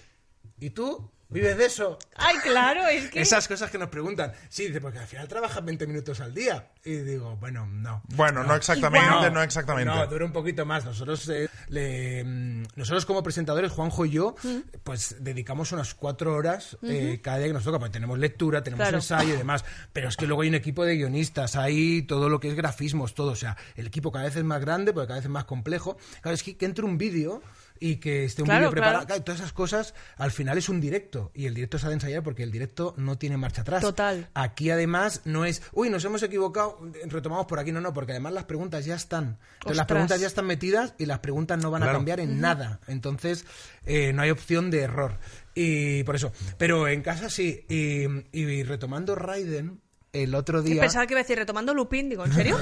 Speaker 4: ¿y tú ¿Vives de eso?
Speaker 2: Ay, claro, es que.
Speaker 4: Esas cosas que nos preguntan. Sí, dice, porque al final trabajas 20 minutos al día. Y digo, bueno, no.
Speaker 1: Bueno, no, exactamente, no exactamente.
Speaker 4: No, dura un poquito más. Nosotros, eh, le- mm, nosotros como presentadores, Juanjo y yo,
Speaker 2: Mm.
Speaker 4: pues dedicamos unas cuatro horas eh, cada día que nos toca, porque tenemos lectura, tenemos
Speaker 2: Claro.
Speaker 4: ensayo y demás. Pero es que luego hay un equipo de guionistas, hay todo lo que es grafismos, todo. O sea, el equipo cada vez es más grande, porque cada vez es más complejo. Claro, es que, que entre un vídeo y que esté un
Speaker 2: Claro,
Speaker 4: vídeo preparado.
Speaker 2: claro.
Speaker 4: Claro, todas esas cosas al final es un directo y el directo se ha de ensayar porque el directo no tiene marcha atrás.
Speaker 2: Total.
Speaker 4: Aquí además no es, uy, nos hemos equivocado, retomamos por aquí, no, no, porque además las preguntas ya están. Entonces,
Speaker 2: Ostras.
Speaker 4: las preguntas ya están metidas y las preguntas no van a
Speaker 1: Claro.
Speaker 4: cambiar en nada. Entonces eh, no hay opción de error. Y por eso. Pero en casa sí. Y, y retomando Raiden el otro día.
Speaker 2: Pensaba que iba a decir retomando Lupín, digo, ¿en serio?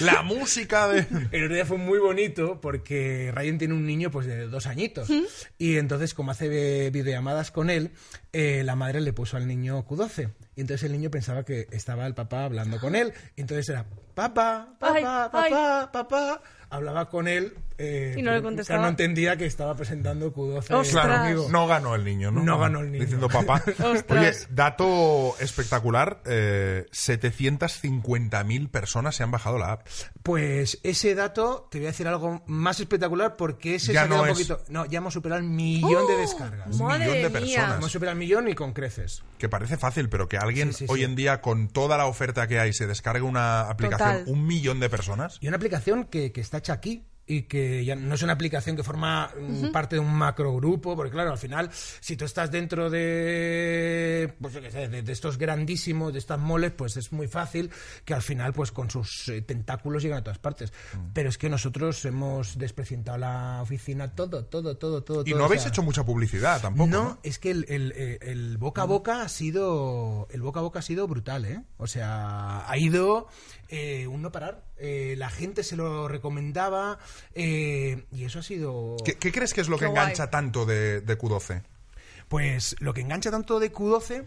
Speaker 1: La música de.
Speaker 4: El otro día fue muy bonito porque Ryan tiene un niño pues de dos añitos.
Speaker 2: ¿Mm?
Speaker 4: Y entonces, como hace eh, videollamadas con él, eh, la madre le puso al niño Q12. Y entonces el niño pensaba que estaba el papá hablando con él. Y entonces era papá, papá,
Speaker 2: Ay,
Speaker 4: papá, papá. Hablaba con él. eh,
Speaker 2: Y no le
Speaker 4: pero,
Speaker 2: contestaba.
Speaker 4: claro, no entendía que estaba presentando Q12.
Speaker 2: Ostras.
Speaker 1: Claro,
Speaker 4: conmigo.
Speaker 1: no ganó el niño, ¿no?
Speaker 4: No ganó el niño.
Speaker 1: Diciendo papá. Oye,
Speaker 2: Ostras.
Speaker 1: dato espectacular: eh, 750.000 personas se han bajado la app.
Speaker 4: Pues ese dato, te voy a decir algo más espectacular porque ese
Speaker 1: Ya
Speaker 4: se ha quedado
Speaker 1: no
Speaker 4: un
Speaker 1: es.
Speaker 4: poquito. No, ya hemos superado el millón de descargas.
Speaker 2: Oh, Madre
Speaker 1: millón de
Speaker 2: mía.
Speaker 1: personas.
Speaker 4: Hemos superado el millón y con creces.
Speaker 1: Que parece fácil, pero que alguien
Speaker 4: Sí, sí,
Speaker 1: hoy
Speaker 4: sí.
Speaker 1: en día, con toda la oferta que hay, se descargue una aplicación,
Speaker 2: Total.
Speaker 1: un millón de personas.
Speaker 4: Y una aplicación que, que está hecha aquí y que ya no es una aplicación que forma mm, parte de un macrogrupo, porque claro, al final, si tú estás dentro de, pues, yo qué sé, de, de estos grandísimos, de estas moles, pues es muy fácil que al final, pues con sus eh, tentáculos llegan a todas partes.
Speaker 1: Mm.
Speaker 4: Pero es que nosotros hemos desprecintado la oficina, todo, todo, todo, todo.
Speaker 1: Y
Speaker 4: todo,
Speaker 1: no
Speaker 4: o
Speaker 1: habéis
Speaker 4: sea-
Speaker 1: hecho mucha publicidad tampoco.
Speaker 4: no,
Speaker 1: ¿no?
Speaker 4: es que el, el- eh, el boca a boca ha sido el boca a boca ha sido brutal, ¿eh? O sea, ha ido eh, un no parar. Eh, la gente se lo recomendaba eh, y eso ha sido
Speaker 1: ¿Qué, qué crees que es lo
Speaker 2: Qué
Speaker 1: que
Speaker 2: guay.
Speaker 1: engancha tanto de, de Q12?
Speaker 4: pues lo que engancha tanto de Q12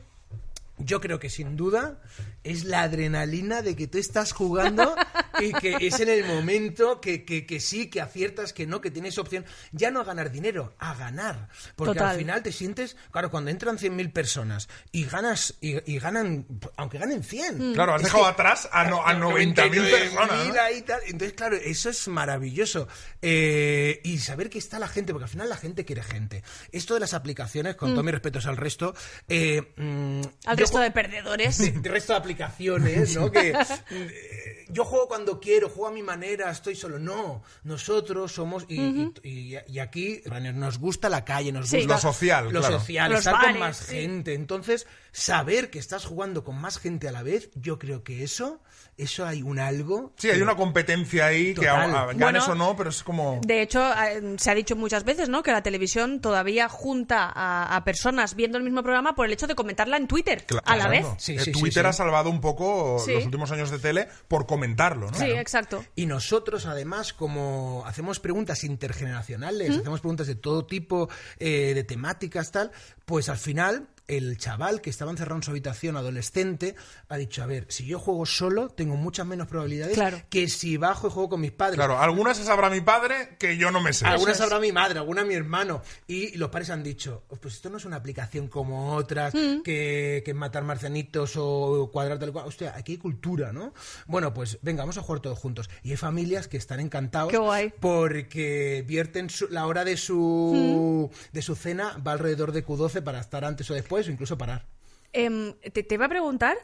Speaker 4: yo creo que sin duda es la adrenalina de que tú estás jugando y que es en el momento que, que- que sí, que aciertas, que no, que tienes opción. Ya no a ganar dinero, a ganar. Porque
Speaker 2: Total.
Speaker 4: al final te sientes, claro, cuando entran 100.000 personas y ganas, y, y ganan, aunque ganen 100.
Speaker 1: Claro, has
Speaker 4: es
Speaker 1: dejado
Speaker 4: que-
Speaker 1: atrás a, no- a 90.000 personas. ¿no?
Speaker 4: mil ahí y tal. Entonces, claro, eso es maravilloso. Eh, y saber que está la gente, porque al final la gente quiere gente. Esto de las aplicaciones, con todos mis respetos al resto, eh, mm,
Speaker 2: Mm. Al
Speaker 4: yo
Speaker 2: resto
Speaker 4: ju-
Speaker 2: de perdedores.
Speaker 4: de- de resto de aplicaciones, ¿no? Que eh, yo juego cuando quiero, juego a mi manera, estoy solo. No, nosotros somos y, y- y- y aquí Runner, nos gusta la calle, nos
Speaker 2: Sí.
Speaker 4: gusta
Speaker 1: Lo social,
Speaker 4: lo
Speaker 1: claro.
Speaker 4: social,
Speaker 2: Los
Speaker 4: estar
Speaker 2: bares,
Speaker 4: con más
Speaker 2: sí.
Speaker 4: gente. Entonces, saber que estás jugando con más gente a la vez, yo creo que eso, eso hay un algo.
Speaker 1: Sí, hay
Speaker 4: que-
Speaker 1: una competencia ahí
Speaker 4: Total.
Speaker 1: que a- a- ganes
Speaker 2: Bueno,
Speaker 1: o no, pero es como.
Speaker 2: De hecho, eh, se ha dicho muchas veces, ¿no? Que la televisión todavía junta a, a personas viendo el mismo programa por el hecho de comentarla en Twitter
Speaker 1: Claro,
Speaker 2: a la vez.
Speaker 1: exacto.
Speaker 4: Sí,
Speaker 1: Eh,
Speaker 4: sí, sí,
Speaker 1: Twitter
Speaker 4: sí.
Speaker 1: ha salvado un poco
Speaker 2: Sí.
Speaker 1: los últimos años de tele por comentarlo, ¿no?
Speaker 2: Sí, exacto.
Speaker 4: Y nosotros, además, como hacemos preguntas intergeneracionales, hacemos preguntas de todo tipo, eh, de temáticas, tal, pues al final el chaval que estaba encerrado en su habitación adolescente ha dicho, a ver, si yo juego solo, tengo muchas menos probabilidades
Speaker 2: Claro.
Speaker 4: que si bajo y juego con mis padres.
Speaker 1: Claro, algunas se sabrá mi padre que yo no me sé.
Speaker 4: Algunas sabrá mi madre, alguna mi hermano. Y los padres han dicho, "Oh, pues esto no es una aplicación como otras,
Speaker 2: Mm.
Speaker 4: que, que matar marcianitos o cuadrar tal cual. Hostia, aquí hay cultura, ¿no? Bueno, pues venga, vamos a jugar todos juntos. Y hay familias que están encantados
Speaker 2: Qué guay.
Speaker 4: porque vierten su- la hora de
Speaker 2: Mm.
Speaker 4: su, de su cena, va alrededor de Q12 para estar antes o después o incluso parar.
Speaker 2: Em, te, te iba a preguntar.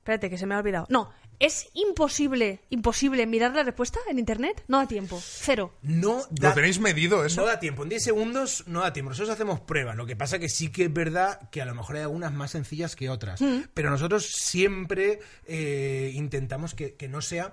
Speaker 2: Espérate, que se me ha olvidado. No, es imposible, imposible mirar la respuesta en internet. No da tiempo. Cero.
Speaker 4: No
Speaker 1: ¿Lo
Speaker 4: da
Speaker 1: tenéis medido eso?
Speaker 4: No da tiempo, en 10 segundos no da tiempo. Nosotros hacemos pruebas, lo que pasa que sí que es verdad que a lo mejor hay algunas más sencillas que otras,
Speaker 2: Mm.
Speaker 4: pero nosotros siempre eh, intentamos que, que no sea...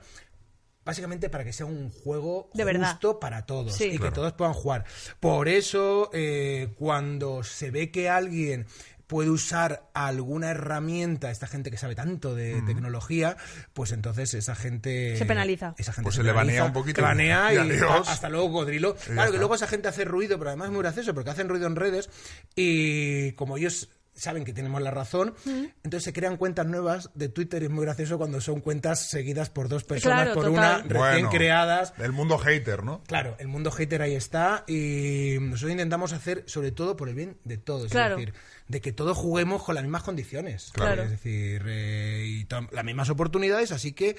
Speaker 4: Básicamente para que sea un juego
Speaker 2: De verdad.
Speaker 4: justo para todos
Speaker 2: Sí.
Speaker 4: y
Speaker 1: Claro.
Speaker 4: que todos puedan jugar. Por eso, eh, cuando se ve que alguien puede usar alguna herramienta, esta gente que sabe tanto de
Speaker 1: Mm.
Speaker 4: tecnología, pues entonces esa gente...
Speaker 2: Se penaliza.
Speaker 4: Esa gente
Speaker 1: Pues se le banea
Speaker 4: penaliza,
Speaker 1: un poquito
Speaker 4: se
Speaker 1: y-
Speaker 4: banea
Speaker 1: y
Speaker 4: y
Speaker 1: adiós.
Speaker 4: hasta luego, cocodrilo.
Speaker 1: ya
Speaker 4: Claro, que
Speaker 1: está.
Speaker 4: luego esa gente hace ruido, pero además es muy gracioso porque hacen ruido en redes y como ellos saben que tenemos la razón, entonces se crean cuentas nuevas de Twitter y es muy gracioso cuando son cuentas seguidas por dos personas,
Speaker 2: Claro,
Speaker 4: por una
Speaker 2: total.
Speaker 4: recién creadas.
Speaker 1: El mundo hater, ¿no?
Speaker 4: Claro, el mundo hater ahí está y nosotros intentamos hacer sobre todo por el bien de todos,
Speaker 2: Claro.
Speaker 4: es decir, de que todos juguemos con las mismas condiciones,
Speaker 2: Claro.
Speaker 4: es decir, eh, y tam- las mismas oportunidades, así que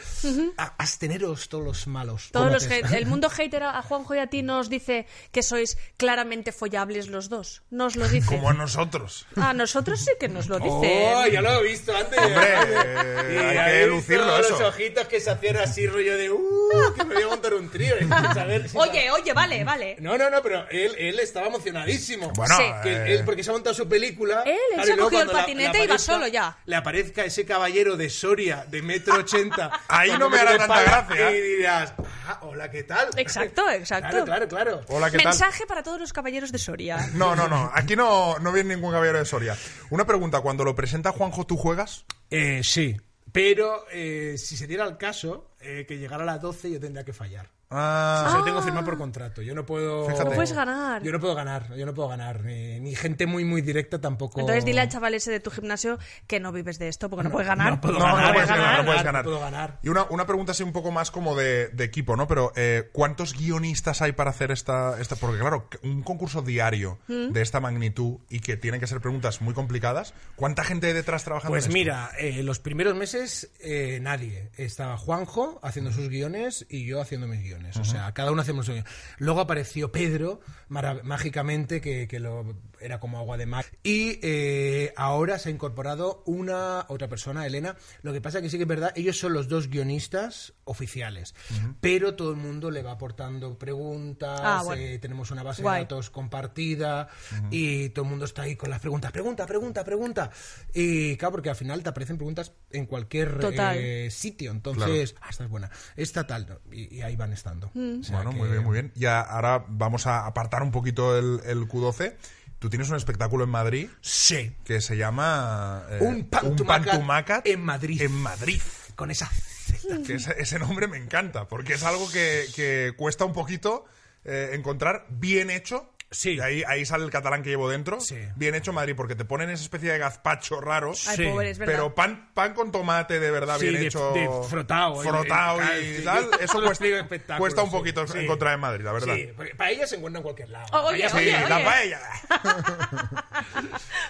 Speaker 4: a- absteneros todos los malos.
Speaker 2: Todos los
Speaker 4: Conoces.
Speaker 2: hate- el mundo hater a a Juanjo y a ti nos dice que sois claramente follables los dos. Nos lo dice.
Speaker 1: Como a nosotros.
Speaker 2: A nosotros sí que nos lo dice.
Speaker 4: Oh, ya lo he visto antes.
Speaker 1: Hombre,
Speaker 4: Y
Speaker 1: eh, hay que
Speaker 4: ahí he visto
Speaker 1: lucirlo
Speaker 4: los
Speaker 1: eso.
Speaker 4: ojitos que se hacían así, rollo de, uh, que me voy a montar un trío. Es que, a ver, si-
Speaker 2: Oye, oye, vale, vale.
Speaker 4: No, no, no, pero él, él estaba emocionadísimo.
Speaker 1: Bueno,
Speaker 2: Sí.
Speaker 4: Que
Speaker 1: eh,
Speaker 4: él- él, porque se ha montado su película.
Speaker 2: Él, él
Speaker 4: claro,
Speaker 2: se
Speaker 4: y
Speaker 2: ha
Speaker 4: luego
Speaker 2: cogido el
Speaker 4: cuando la-
Speaker 2: patinete
Speaker 4: le
Speaker 2: y va
Speaker 4: aparezca-
Speaker 2: solo ya.
Speaker 4: Le aparezca ese caballero de Soria de metro ochenta.
Speaker 1: Ahí
Speaker 4: con
Speaker 1: no me
Speaker 4: metro
Speaker 1: hará
Speaker 4: de
Speaker 1: tanta
Speaker 4: espalda,
Speaker 1: gracia.
Speaker 4: Y dirás, ah, hola, ¿qué tal?
Speaker 2: Exacto, exacto.
Speaker 4: Claro, claro, claro.
Speaker 1: hola, Ah, ¿qué tal?
Speaker 2: Mensaje para todos los caballeros de Soria.
Speaker 1: No, no, no. Aquí no, no viene ningún caballero de Soria. Una pregunta, cuando lo presenta Juanjo, ¿tú juegas?
Speaker 4: Eh, sí. Pero eh, si se diera el caso, eh, que llegara a las 12 yo tendría que fallar. O sea,
Speaker 1: Ah,
Speaker 4: yo tengo firmado por contrato. Yo no puedo.
Speaker 1: Fíjate. No
Speaker 2: puedes ganar.
Speaker 4: Yo no puedo ganar. Yo no puedo ganar. Ni, ni gente muy, muy directa tampoco.
Speaker 2: Entonces dile al chaval ese de tu gimnasio que no vives de esto porque no, puedes ganar.
Speaker 4: no puedo
Speaker 1: no, no
Speaker 4: ganar,
Speaker 1: puedes
Speaker 4: eh,
Speaker 1: ganar, no puedes
Speaker 4: no
Speaker 1: ganar.
Speaker 4: puedo ganar.
Speaker 1: Y una, una pregunta así un poco más como de, de equipo, ¿no? Pero eh, ¿cuántos guionistas hay para hacer esta, esta? Porque claro, que un concurso diario de esta magnitud y que tienen que ser preguntas muy complicadas, ¿cuánta gente hay detrás trabajando?
Speaker 4: Pues
Speaker 1: en esto?
Speaker 4: mira, eh, los primeros meses eh, nadie. Estaba Juanjo haciendo sus guiones y yo haciendo mis guiones. O sea, cada uno hacemos su guión. Luego apareció Pedro, mara- mágicamente, que, que lo, era como agua de mar. Y eh, ahora se ha incorporado una otra persona, Elena. Lo que pasa que sí que es verdad, ellos son los dos guionistas oficiales. Pero todo el mundo le va aportando preguntas,
Speaker 2: Ah, bueno.
Speaker 4: eh, tenemos una base
Speaker 2: Guay.
Speaker 4: de datos compartida y todo el mundo está ahí con las preguntas, pregunta, pregunta, pregunta. Y claro, porque al final te aparecen preguntas en cualquier
Speaker 2: Total.
Speaker 4: eh, sitio, entonces, ah, esta es buena, esta tal, ¿no? y, y ahí van estando.
Speaker 2: Mm.
Speaker 4: O sea
Speaker 1: Bueno,
Speaker 4: que-
Speaker 1: muy bien, muy bien. Ya ahora vamos a apartar un poquito el, el Q12. Tú tienes un espectáculo en Madrid
Speaker 4: Sí.
Speaker 1: que se llama eh,
Speaker 4: Un pantumacat
Speaker 1: pantumacat
Speaker 4: en Madrid.
Speaker 1: En Madrid.
Speaker 4: Con esa Z.
Speaker 2: Mm.
Speaker 1: Que ese, ese nombre me encanta, porque es algo que, que cuesta un poquito eh, encontrar bien hecho.
Speaker 4: Sí.
Speaker 1: Y ahí, ahí sale el catalán que llevo dentro.
Speaker 4: Sí.
Speaker 1: Bien hecho Madrid, porque te ponen esa especie de gazpacho raro.
Speaker 2: Ay,
Speaker 4: Sí,
Speaker 2: pobre, es verdad.
Speaker 1: Pero pan, pan con tomate de verdad
Speaker 4: Sí,
Speaker 1: bien
Speaker 4: de-
Speaker 1: hecho.
Speaker 4: de frotao, eh,
Speaker 1: Frotao
Speaker 4: eh,
Speaker 1: y
Speaker 4: sí,
Speaker 1: tal.
Speaker 4: yo-
Speaker 1: Eso
Speaker 4: lo
Speaker 1: cuesta,
Speaker 4: explico espectacular,
Speaker 1: cuesta un
Speaker 4: sí,
Speaker 1: poquito
Speaker 4: sí.
Speaker 1: encontrar en Madrid, la verdad.
Speaker 4: Sí, porque para ella se encuentra en cualquier lado.
Speaker 2: Oh, oye,
Speaker 4: Para ella se
Speaker 1: Sí,
Speaker 2: oye,
Speaker 1: la
Speaker 2: oye.
Speaker 1: paella.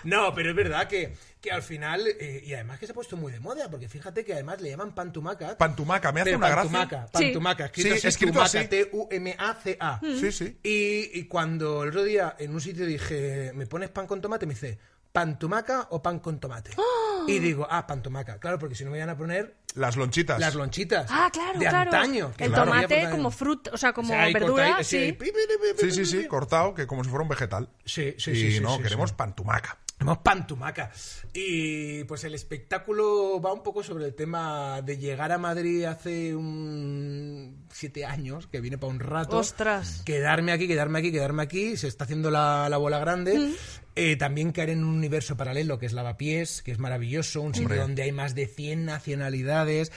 Speaker 4: No, pero es verdad que, que al final, eh, y además que se ha puesto muy de moda, porque fíjate que además le llaman pantumaca.
Speaker 1: Pantumaca, me hace
Speaker 4: Pero
Speaker 1: una
Speaker 4: pantumaca,
Speaker 1: gracia.
Speaker 2: Sí. Mm.
Speaker 4: pantumaca, escrito
Speaker 1: Sí,
Speaker 4: así,
Speaker 1: escrito
Speaker 4: tumaca,
Speaker 1: así.
Speaker 4: T-U-M-A-C-A.
Speaker 1: Sí, sí.
Speaker 4: Y, y cuando el otro día en un sitio dije, ¿me pones pan con tomate? Me dice, ¿pantumaca o pan con tomate?
Speaker 2: ¡Oh!
Speaker 4: Y digo, ah, pantumaca. Claro, porque si no me iban a poner
Speaker 1: Las lonchitas.
Speaker 4: las lonchitas
Speaker 2: ah, claro,
Speaker 4: de
Speaker 2: claro.
Speaker 4: antaño. que
Speaker 2: El
Speaker 4: claro, había por
Speaker 2: tomate
Speaker 4: antaño.
Speaker 2: como fruta, o sea,
Speaker 4: O
Speaker 2: como
Speaker 4: sea, ahí cortadito,
Speaker 2: verdura,
Speaker 4: así,
Speaker 2: sí.
Speaker 4: pi, pi, pi, pi,
Speaker 1: Sí, sí,
Speaker 4: pi,
Speaker 1: sí,
Speaker 4: pi.
Speaker 1: cortado, que como si fuera un vegetal.
Speaker 4: Sí, sí,
Speaker 1: y
Speaker 4: sí, sí,
Speaker 1: no,
Speaker 4: sí,
Speaker 1: queremos
Speaker 4: sí.
Speaker 1: pantumaca.
Speaker 4: Tenemos Pantumaca. Y pues el espectáculo va un poco sobre el tema de llegar a Madrid hace un siete años, que viene para un rato.
Speaker 2: Ostras.
Speaker 4: Quedarme aquí, quedarme aquí, quedarme aquí. Se está haciendo la, la bola grande. Eh, también caer en un universo paralelo que es Lavapiés, que es maravilloso. Un sitio donde hay más de 100 nacionalidades.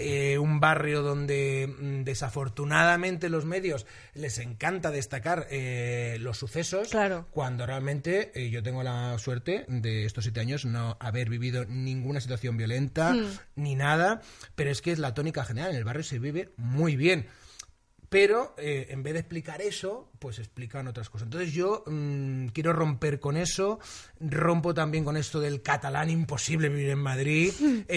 Speaker 4: eh, un barrio donde mm, desafortunadamente los medios les encanta destacar eh, los sucesos
Speaker 2: Claro.
Speaker 4: cuando realmente eh, yo tengo la suerte de estos siete años no haber vivido ninguna situación violenta ni nada, pero es que es la tónica general, en el barrio se vive muy bien. Pero eh, en vez de explicar eso, pues explican otras cosas. Entonces yo mm, quiero romper con eso, rompo también con esto del catalán imposible vivir en Madrid.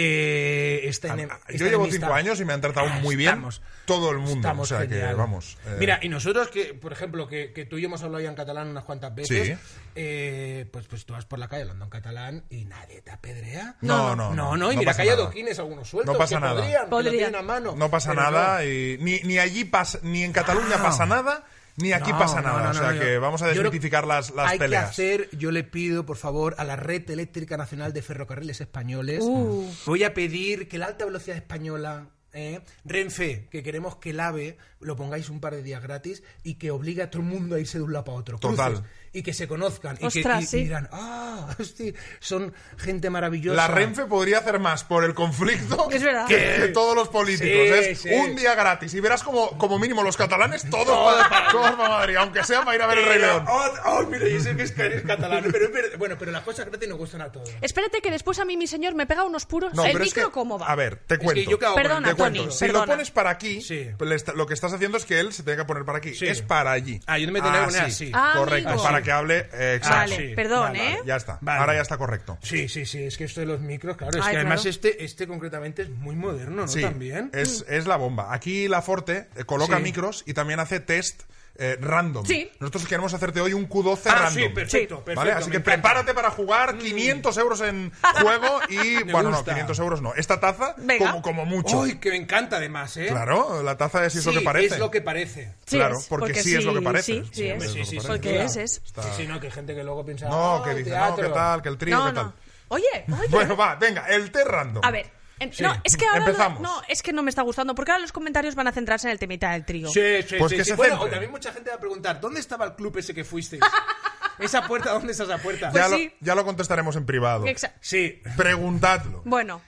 Speaker 4: eh, esta
Speaker 1: A- a-
Speaker 4: enem-
Speaker 1: Ah, Yo
Speaker 4: esta
Speaker 1: llevo
Speaker 4: enemistad.
Speaker 1: cinco años y me han tratado muy bien
Speaker 4: Ah, Estamos-
Speaker 1: todo el mundo.
Speaker 4: Estamos
Speaker 1: o sea que
Speaker 4: genial.
Speaker 1: vamos. eh,
Speaker 4: Mira, y nosotros que, por ejemplo, que, que tú y yo hemos hablado ya en catalán unas cuantas veces,
Speaker 1: Sí.
Speaker 4: eh, pues, pues tú vas por la calle hablando en catalán y nadie te apedrea.
Speaker 1: No, no, no, no,
Speaker 4: no. No,
Speaker 1: no
Speaker 4: y mira,
Speaker 1: pasa
Speaker 4: que hay
Speaker 1: nada.
Speaker 4: adoquines algunos sueltos
Speaker 1: No pasa
Speaker 4: que
Speaker 1: nada.
Speaker 4: podrían, que lo
Speaker 2: Podrían.
Speaker 4: tienen a mano.
Speaker 1: no pasa
Speaker 4: pero
Speaker 1: nada
Speaker 4: no.
Speaker 1: y ni, ni allí pasa, ni en Cataluña
Speaker 4: No.
Speaker 1: pasa nada, ni aquí
Speaker 4: No,
Speaker 1: pasa
Speaker 4: no,
Speaker 1: nada.
Speaker 4: no,
Speaker 1: o
Speaker 4: no,
Speaker 1: sea
Speaker 4: no,
Speaker 1: que
Speaker 4: yo-
Speaker 1: vamos a
Speaker 4: yo creo-
Speaker 1: desmitificar las, las
Speaker 4: hay
Speaker 1: peleas.
Speaker 4: que hacer, yo le pido, por favor, a la Red Eléctrica Nacional de Ferrocarriles Españoles,
Speaker 2: Uh.
Speaker 4: voy a pedir que la alta velocidad española eh, Renfe, que queremos que el AVE lo pongáis un par de días gratis y que obligue a todo el mundo a irse de un lado para otro.
Speaker 1: Total.
Speaker 4: Cruces, y que se conozcan. y que-
Speaker 2: Ostras,
Speaker 4: y- y,
Speaker 2: sí.
Speaker 4: dirán, ah, hostia, son gente maravillosa.
Speaker 1: La Renfe podría hacer más por el conflicto
Speaker 2: Es verdad.
Speaker 1: que, que todos los políticos.
Speaker 4: Sí,
Speaker 1: es
Speaker 4: sí.
Speaker 1: un día gratis. Y verás como, como mínimo los catalanes todos, para, todos para Madrid, aunque sea para ir a ver el Rey León.
Speaker 4: Oh, oh, mira, yo sé que es, que eres catalán. Pero, es verdad. bueno, pero las cosas gratis nos gustan a todos.
Speaker 2: Espérate que después a mí mi señor me pega unos puros.
Speaker 1: No,
Speaker 2: ¿El
Speaker 1: pero es
Speaker 2: micro
Speaker 1: que-
Speaker 2: cómo va?
Speaker 1: A ver, te cuento.
Speaker 4: yo cago con el
Speaker 2: Perdona,
Speaker 1: Te cuento,
Speaker 2: Tony,
Speaker 1: si lo
Speaker 2: perdona.
Speaker 1: pones para aquí, pues
Speaker 4: Sí.
Speaker 1: le está- lo que estás haciendo es que él se tenga que poner para aquí.
Speaker 4: Sí.
Speaker 1: Es para allí.
Speaker 4: Ah, yo me tenía que poner así. Ah,
Speaker 2: Ah,
Speaker 1: correcto,
Speaker 2: amigo.
Speaker 1: para que hable. eh, exacto.
Speaker 2: Vale,
Speaker 4: sí.
Speaker 2: perdón,
Speaker 4: Vale,
Speaker 2: ¿eh?
Speaker 1: Ya está.
Speaker 4: Vale.
Speaker 1: Ahora ya está correcto.
Speaker 4: Sí, sí, sí, es que esto de los micros, claro, es
Speaker 2: Ay,
Speaker 4: que además
Speaker 2: claro.
Speaker 4: este, este concretamente es muy moderno, ¿no?
Speaker 1: Sí,
Speaker 4: También.
Speaker 1: Es,
Speaker 2: Mm.
Speaker 1: es la bomba. Aquí la Forte eh, coloca
Speaker 4: Sí.
Speaker 1: micros y también hace test eh, random.
Speaker 2: Sí.
Speaker 1: Nosotros queremos hacerte hoy un Q12
Speaker 4: Ah,
Speaker 1: random.
Speaker 4: sí, perfecto, perfecto.
Speaker 1: ¿Vale? Así
Speaker 4: me
Speaker 1: que
Speaker 4: encanta. Mm.
Speaker 1: prepárate para jugar 500 euros en juego y.
Speaker 4: Me
Speaker 1: bueno, no,
Speaker 4: gusta.
Speaker 1: 500 euros no. Esta taza,
Speaker 2: Venga.
Speaker 1: como, como mucho.
Speaker 4: Uy, que me encanta además, ¿eh?
Speaker 1: Claro, la taza es,
Speaker 4: Sí,
Speaker 1: es lo que parece.
Speaker 4: Es lo que parece.
Speaker 2: Sí
Speaker 1: claro,
Speaker 2: es,
Speaker 1: porque, sí, es lo que parece.
Speaker 2: Sí, sí
Speaker 1: hombre,
Speaker 2: es.
Speaker 4: sí, sí,
Speaker 1: lo que parece.
Speaker 4: sí,
Speaker 2: Porque
Speaker 4: claro.
Speaker 2: es, es.
Speaker 1: Está-
Speaker 4: Sí, sí, no, que hay gente que luego piensa.
Speaker 1: No,
Speaker 4: "Ah,
Speaker 1: que dice,
Speaker 4: teatro".
Speaker 1: no, ¿qué tal? Que el trío,
Speaker 2: No,
Speaker 1: ¿qué tal?
Speaker 2: no. Oye, oye.
Speaker 1: Bueno, va, venga, el té random.
Speaker 2: A ver. en-
Speaker 4: Sí.
Speaker 2: No, es que ahora lo-
Speaker 1: Empezamos.
Speaker 2: no, es que no me está gustando, porque ahora los comentarios van a centrarse en el temita del trío.
Speaker 4: Sí, sí,
Speaker 1: Pues
Speaker 4: sí,
Speaker 1: que
Speaker 4: sí.
Speaker 1: se
Speaker 4: Bueno,
Speaker 1: centre.
Speaker 4: o también mucha gente va a preguntar, ¿dónde estaba el club ese que fuisteis? esa puerta, ¿dónde está esa puerta?
Speaker 1: ya,
Speaker 2: pues
Speaker 1: lo,
Speaker 2: sí.
Speaker 1: ya lo contestaremos en privado.
Speaker 2: Exa-
Speaker 4: Sí,
Speaker 1: Preguntadlo.
Speaker 2: Bueno,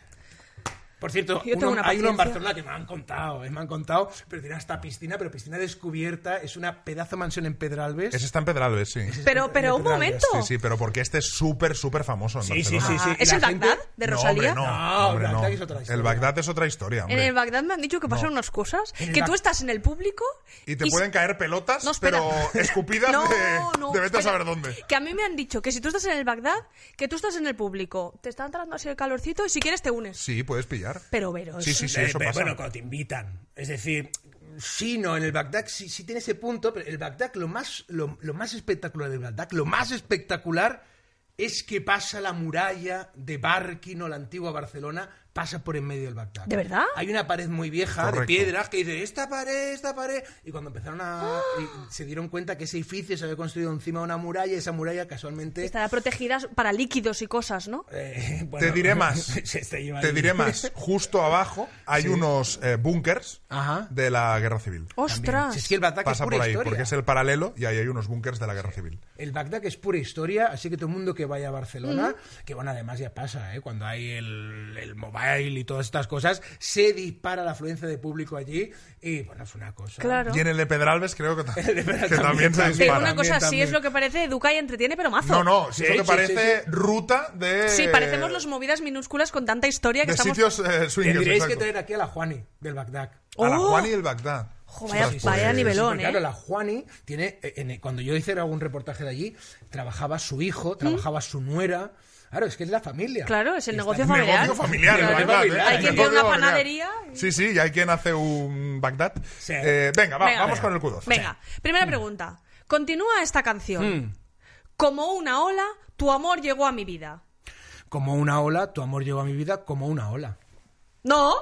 Speaker 4: por cierto,
Speaker 2: Yo tengo
Speaker 4: uno-
Speaker 2: una
Speaker 4: hay uno en
Speaker 2: paciencia.
Speaker 4: Barcelona que me han contado, eh, me han contado, pero tiene hasta piscina, pero piscina descubierta, es una pedazo mansión en Pedralbes.
Speaker 1: Ese está en Pedralbes, sí.
Speaker 2: pero, pero un
Speaker 4: Pedralbes,
Speaker 2: momento.
Speaker 1: Sí, sí, pero porque este es súper, súper famoso. En
Speaker 4: Sí, sí,
Speaker 1: Barcelona.
Speaker 4: sí, sí.
Speaker 2: Ah, ¿Es
Speaker 4: La
Speaker 2: el
Speaker 4: gente-
Speaker 2: Bagdad de
Speaker 1: No,
Speaker 2: Rosalía?
Speaker 1: hombre, no.
Speaker 4: No,
Speaker 1: hombre,
Speaker 4: el Bagdad
Speaker 1: no.
Speaker 4: es otra historia.
Speaker 1: El Bagdad es otra historia,
Speaker 2: En
Speaker 1: hombre.
Speaker 2: el Bagdad me han dicho que pasan unas cosas,
Speaker 4: En el
Speaker 2: que
Speaker 4: Bag-
Speaker 2: tú estás en el público
Speaker 1: Y te pueden caer pelotas,
Speaker 2: No, espera.
Speaker 1: pero escupidas
Speaker 2: No,
Speaker 1: de,
Speaker 2: no,
Speaker 1: de vete a
Speaker 2: espera.
Speaker 1: saber dónde.
Speaker 2: Que a mí me han dicho que si tú estás en el Bagdad, que tú estás en el público, te está entrando así el calorcito y si quieres te unes.
Speaker 1: Sí, puedes pillar.
Speaker 2: Pero veros.
Speaker 1: Sí, sí, sí,
Speaker 4: Eh,
Speaker 1: eso
Speaker 4: pero
Speaker 1: pasa.
Speaker 4: Bueno, cuando te invitan. Es decir, sí, no, en el Bagdad sí, sí tiene ese punto, pero el Bagdad, lo más, lo, lo más espectacular del Bagdad, lo más espectacular es que pasa la muralla de Barquino, la antigua Barcelona, pasa por en medio del Bagdad.
Speaker 2: ¿De verdad?
Speaker 4: Hay una pared muy vieja de
Speaker 1: Correcto.
Speaker 4: piedras que dice, esta pared, esta pared. Y cuando empezaron a... y se dieron cuenta que ese edificio se había construido encima de una muralla y esa muralla casualmente...
Speaker 2: Estará protegida para líquidos y cosas, ¿no?
Speaker 4: eh, bueno,
Speaker 1: Te diré más.
Speaker 4: se está llevando-
Speaker 1: Te diré más. Justo abajo hay unos eh, búnkers
Speaker 4: Ajá.
Speaker 1: de la Guerra Civil.
Speaker 2: ¡Ostras!
Speaker 4: Si es que el Bagdad
Speaker 1: Pasa
Speaker 4: es
Speaker 1: por
Speaker 4: pura
Speaker 1: ahí,
Speaker 4: historia.
Speaker 1: porque es el paralelo y ahí hay unos búnkers de la Guerra Civil.
Speaker 4: El Bagdad es pura historia, así que todo el mundo que vaya a Barcelona, que bueno, además ya pasa, ¿eh? cuando hay el, el mobile y todas estas cosas, se dispara la afluencia de público allí y bueno, es una cosa.
Speaker 2: Claro.
Speaker 1: Y en el de Pedralbes creo que, ta-
Speaker 4: El de Pedralbes
Speaker 1: que también se
Speaker 2: Pero
Speaker 4: también.
Speaker 1: dispara.
Speaker 2: una cosa sí
Speaker 4: también.
Speaker 2: es lo que parece, educa y entretiene, pero mazo.
Speaker 1: No, no, si
Speaker 4: Sí,
Speaker 1: eso que
Speaker 4: sí,
Speaker 1: parece ruta de.
Speaker 2: Sí, parecemos los movidas minúsculas con tanta historia que
Speaker 1: De
Speaker 2: estamos...
Speaker 1: sitios eh, swingers,
Speaker 4: Tendréis que
Speaker 1: exacto.
Speaker 4: traer aquí a la Juani del Bagdad.
Speaker 1: A la
Speaker 2: ¡Oh!
Speaker 1: Juan y el Bagdad.
Speaker 2: Jo, vaya-
Speaker 1: Ostras,
Speaker 2: vaya
Speaker 1: pues,
Speaker 2: nivel. Pelón,
Speaker 4: porque, Claro,
Speaker 2: ¿eh?
Speaker 4: la Juani tiene, eh, en- cuando yo hice algún reportaje de allí, trabajaba su hijo, trabajaba su nuera. Claro, es que es la familia.
Speaker 2: ¿Mm? Claro, es el
Speaker 4: Y
Speaker 2: negocio
Speaker 4: están-
Speaker 2: familiar.
Speaker 1: Negocio familiar, el
Speaker 4: Claro.
Speaker 1: Bagdad. ¿eh?
Speaker 4: Hay
Speaker 1: Negocio
Speaker 4: quien
Speaker 2: tiene una
Speaker 1: familiar.
Speaker 2: panadería y-
Speaker 1: Sí, sí, y hay quien hace un Bagdad.
Speaker 4: Sí.
Speaker 1: Eh, venga, va,
Speaker 2: Venga.
Speaker 1: vamos con el Q2.
Speaker 2: Venga, primera pregunta. Continúa esta canción.
Speaker 4: Mm.
Speaker 2: Como una ola, tu amor llegó a mi vida.
Speaker 4: Como una ola, tu amor llegó a mi vida como una ola.
Speaker 2: ¿No?